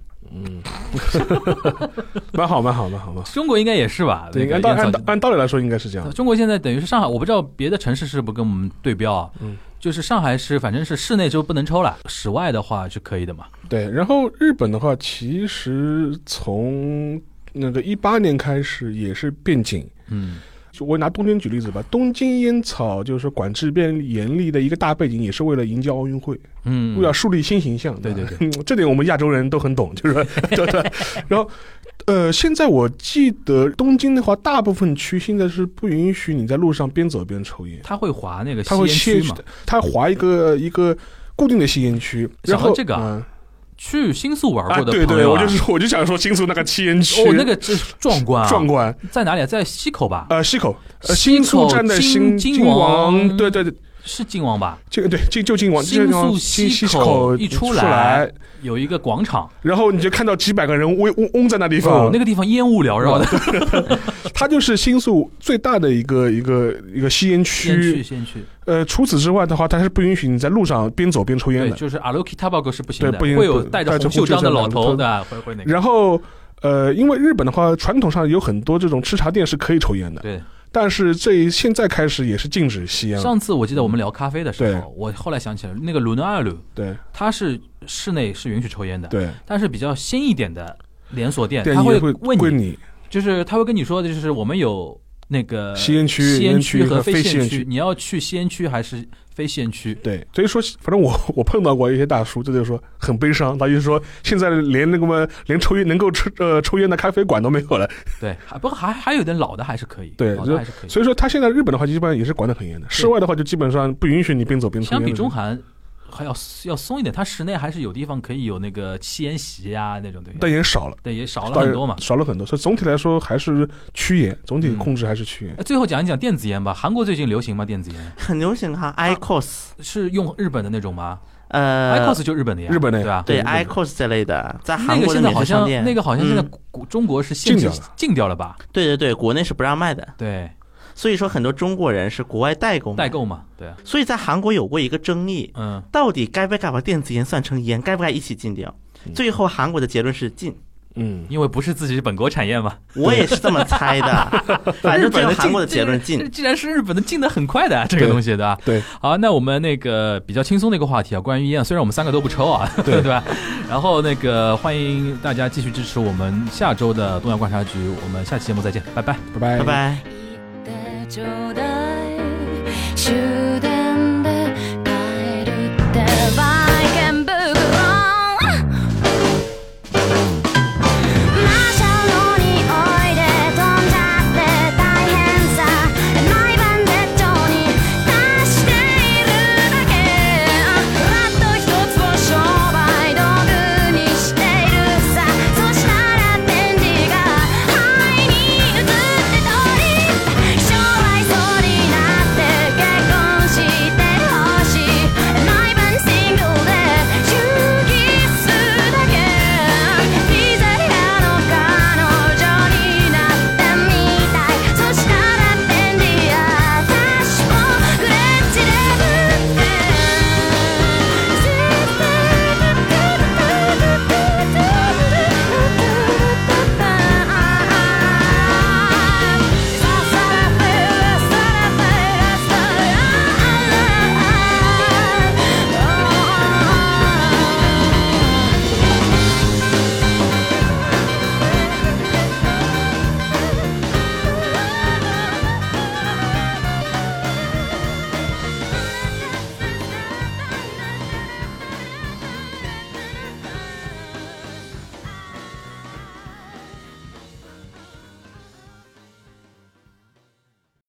Speaker 4: 蛮好，蛮好，蛮好，蛮好。
Speaker 3: 中国应该也是吧？那
Speaker 4: 对，
Speaker 3: 个
Speaker 4: 按道
Speaker 3: 烟草呃
Speaker 4: 按道按道理来说应该是这
Speaker 2: 嗯
Speaker 4: 样。
Speaker 3: 中国现在等于是上海，我不知道别的城市是不是跟我们对标啊。
Speaker 4: 嗯，
Speaker 3: 就是上海是反正是室内就不能抽了，室外的话是可以的嘛。
Speaker 4: 对，然后日本的话，其实从那个一八年开始也是变紧。
Speaker 3: 嗯
Speaker 4: 就我拿东京举例子吧，东京烟草就是管制变严厉的一个大背景，也是为了迎接奥运会，
Speaker 3: 嗯，
Speaker 4: 为了树立新形象。
Speaker 3: 对对
Speaker 4: 吧， 这点我们亚洲人都很懂，就是 对对。然后，呃，现在我记得东京的话，大部分区现在是不允许你在路上边走边抽烟。
Speaker 3: 他会划那个吸
Speaker 4: 它会
Speaker 3: 烟
Speaker 4: 吸
Speaker 3: 区
Speaker 4: 烟
Speaker 3: 嘛？
Speaker 4: 区它划一个一个固定的吸烟区，
Speaker 3: 想
Speaker 4: 然
Speaker 3: 到
Speaker 4: 后
Speaker 3: 这个啊
Speaker 4: 嗯
Speaker 3: 去新宿玩
Speaker 4: 啊，
Speaker 3: 过的
Speaker 4: 对
Speaker 3: 朋
Speaker 4: 对，
Speaker 3: 友
Speaker 4: 我
Speaker 3: 啊
Speaker 4: 就，是我就想说新宿那个吸烟区，
Speaker 3: 哦，那个真是壮观啊！
Speaker 4: 壮观，
Speaker 3: 在哪里啊？在西口吧？
Speaker 4: 呃，西口，呃，
Speaker 3: 西口
Speaker 4: 新宿站的
Speaker 3: 金
Speaker 4: 新
Speaker 3: 金
Speaker 4: 金
Speaker 3: 王
Speaker 4: 王，对对对，
Speaker 3: 是靖王吧？
Speaker 4: 这个对，就就金王，
Speaker 3: 新
Speaker 4: 就
Speaker 3: 宿
Speaker 4: 西
Speaker 3: 西
Speaker 4: 西
Speaker 3: 口
Speaker 4: 口
Speaker 3: 一出
Speaker 4: 出
Speaker 3: 来
Speaker 4: 来，
Speaker 3: 有一个广场，
Speaker 4: 然后你就看到几百个人嗡嗡嗡在那地
Speaker 3: 哦
Speaker 4: 方，，嗯
Speaker 3: 那个地方烟雾缭绕的。
Speaker 4: 它就是新宿最大的一个一个一个吸烟
Speaker 3: 先去
Speaker 4: 区，
Speaker 3: 先去，
Speaker 4: 呃，除此之外的话，它是不允许你在路上边走边抽烟
Speaker 3: 对，
Speaker 4: 的，
Speaker 3: 就是 Aluki Tobacco 是不行的，
Speaker 4: 对不行
Speaker 3: 会有
Speaker 4: 不
Speaker 3: 带着
Speaker 4: 带着
Speaker 3: 红袖
Speaker 4: 红袖
Speaker 3: 章的
Speaker 4: 章
Speaker 3: 老
Speaker 4: 的
Speaker 3: 头
Speaker 4: 头
Speaker 3: 的，会会那个。
Speaker 4: 然后。呃，因为日本的话，传统上有很多这种吃茶店是可以抽烟的，
Speaker 3: 对，
Speaker 4: 但是这一现在开始也是禁止吸烟了。
Speaker 3: 上次我记得我们聊咖啡的时
Speaker 4: 对
Speaker 3: 候，我后来想起来，那个鲁诺二鲁，
Speaker 4: 对
Speaker 3: 它是室内是允许抽烟的，
Speaker 4: 对，
Speaker 3: 但是比较新一点的连锁店，
Speaker 4: 店
Speaker 3: 他
Speaker 4: 也会
Speaker 3: 问
Speaker 4: 归
Speaker 3: 你，
Speaker 4: 你，
Speaker 3: 就是他会跟你说，就是我们有那个
Speaker 4: 吸烟区
Speaker 3: 吸烟
Speaker 4: 烟区
Speaker 3: 和
Speaker 4: 和
Speaker 3: 非
Speaker 4: 非
Speaker 3: 吸
Speaker 4: 吸
Speaker 3: 烟
Speaker 4: 烟
Speaker 3: 区
Speaker 4: 区，
Speaker 3: 你要去吸烟区还是非吸烟区？
Speaker 4: 对，所以说反正我 我碰到过一些大叔，这就是说很悲伤，他就说现在连那个么连抽烟能够抽呃抽烟的咖啡馆都没有了，
Speaker 3: 对，还不过还还有点老的还是可以，
Speaker 4: 对
Speaker 3: 老的还是可以。
Speaker 4: 所以说他现在日本的话基本上也是管得很严的，室外的话就基本上不允许你边走边抽
Speaker 3: 相
Speaker 4: 烟。
Speaker 3: 比中，韩，还要要松一点，它室内还是有地方可以有那个吸烟席啊那种东西，
Speaker 4: 但也少了，
Speaker 3: 对也少了
Speaker 4: 但
Speaker 3: 很多嘛。嗯
Speaker 4: 少了很多。所以总体来说还是趋严，总体控制还是趋严。
Speaker 3: 那哎最后讲一讲电子烟吧，韩国最近流行吗？电子烟
Speaker 2: 很流行
Speaker 3: 啊
Speaker 2: 哈，ICOS，
Speaker 3: 是用日本的那种吗
Speaker 2: 呃，
Speaker 3: ？ICOS 就日本的呀，
Speaker 4: 日本的呀
Speaker 3: 对
Speaker 2: 对
Speaker 3: 吧？
Speaker 4: 对对
Speaker 2: ICOS 这类的，在
Speaker 3: 那
Speaker 2: 韩
Speaker 3: 个
Speaker 2: 国的
Speaker 3: 现在
Speaker 2: 免
Speaker 3: 好
Speaker 2: 税商
Speaker 3: 像
Speaker 2: 店，
Speaker 3: 那个好像现在
Speaker 2: 嗯
Speaker 3: 国中国是限制
Speaker 4: 禁掉了
Speaker 3: 禁掉了吧？
Speaker 2: 对对对，国内是不让卖的，
Speaker 3: 对，
Speaker 2: 所以说很多中国人是国外代
Speaker 4: 嗯
Speaker 2: 购买
Speaker 3: 代，购嘛，对啊，
Speaker 2: 所以在韩国有过一个争议，
Speaker 3: 嗯，
Speaker 2: 到底该不该把电子烟算成烟，该不该一起禁掉？最后韩国的结论是禁，
Speaker 4: 嗯，
Speaker 3: 因为不是自己本国产业嘛。
Speaker 2: 我也是这么猜 的，反正最后韩国的结论
Speaker 3: 这
Speaker 2: 禁。
Speaker 3: 既然是日本的，进的很快的啊、这个东西，对吧？
Speaker 4: 对，
Speaker 3: 好，那我们那个比较轻松的一个话题啊，关于烟，虽然我们三个都不抽啊， 对吧？然后那个欢迎大家继续支持我们下周的东阳观察局，我们下期节目再见，拜拜。
Speaker 4: 拜拜
Speaker 2: 拜拜。
Speaker 5: 言ってちょうだい」「シュ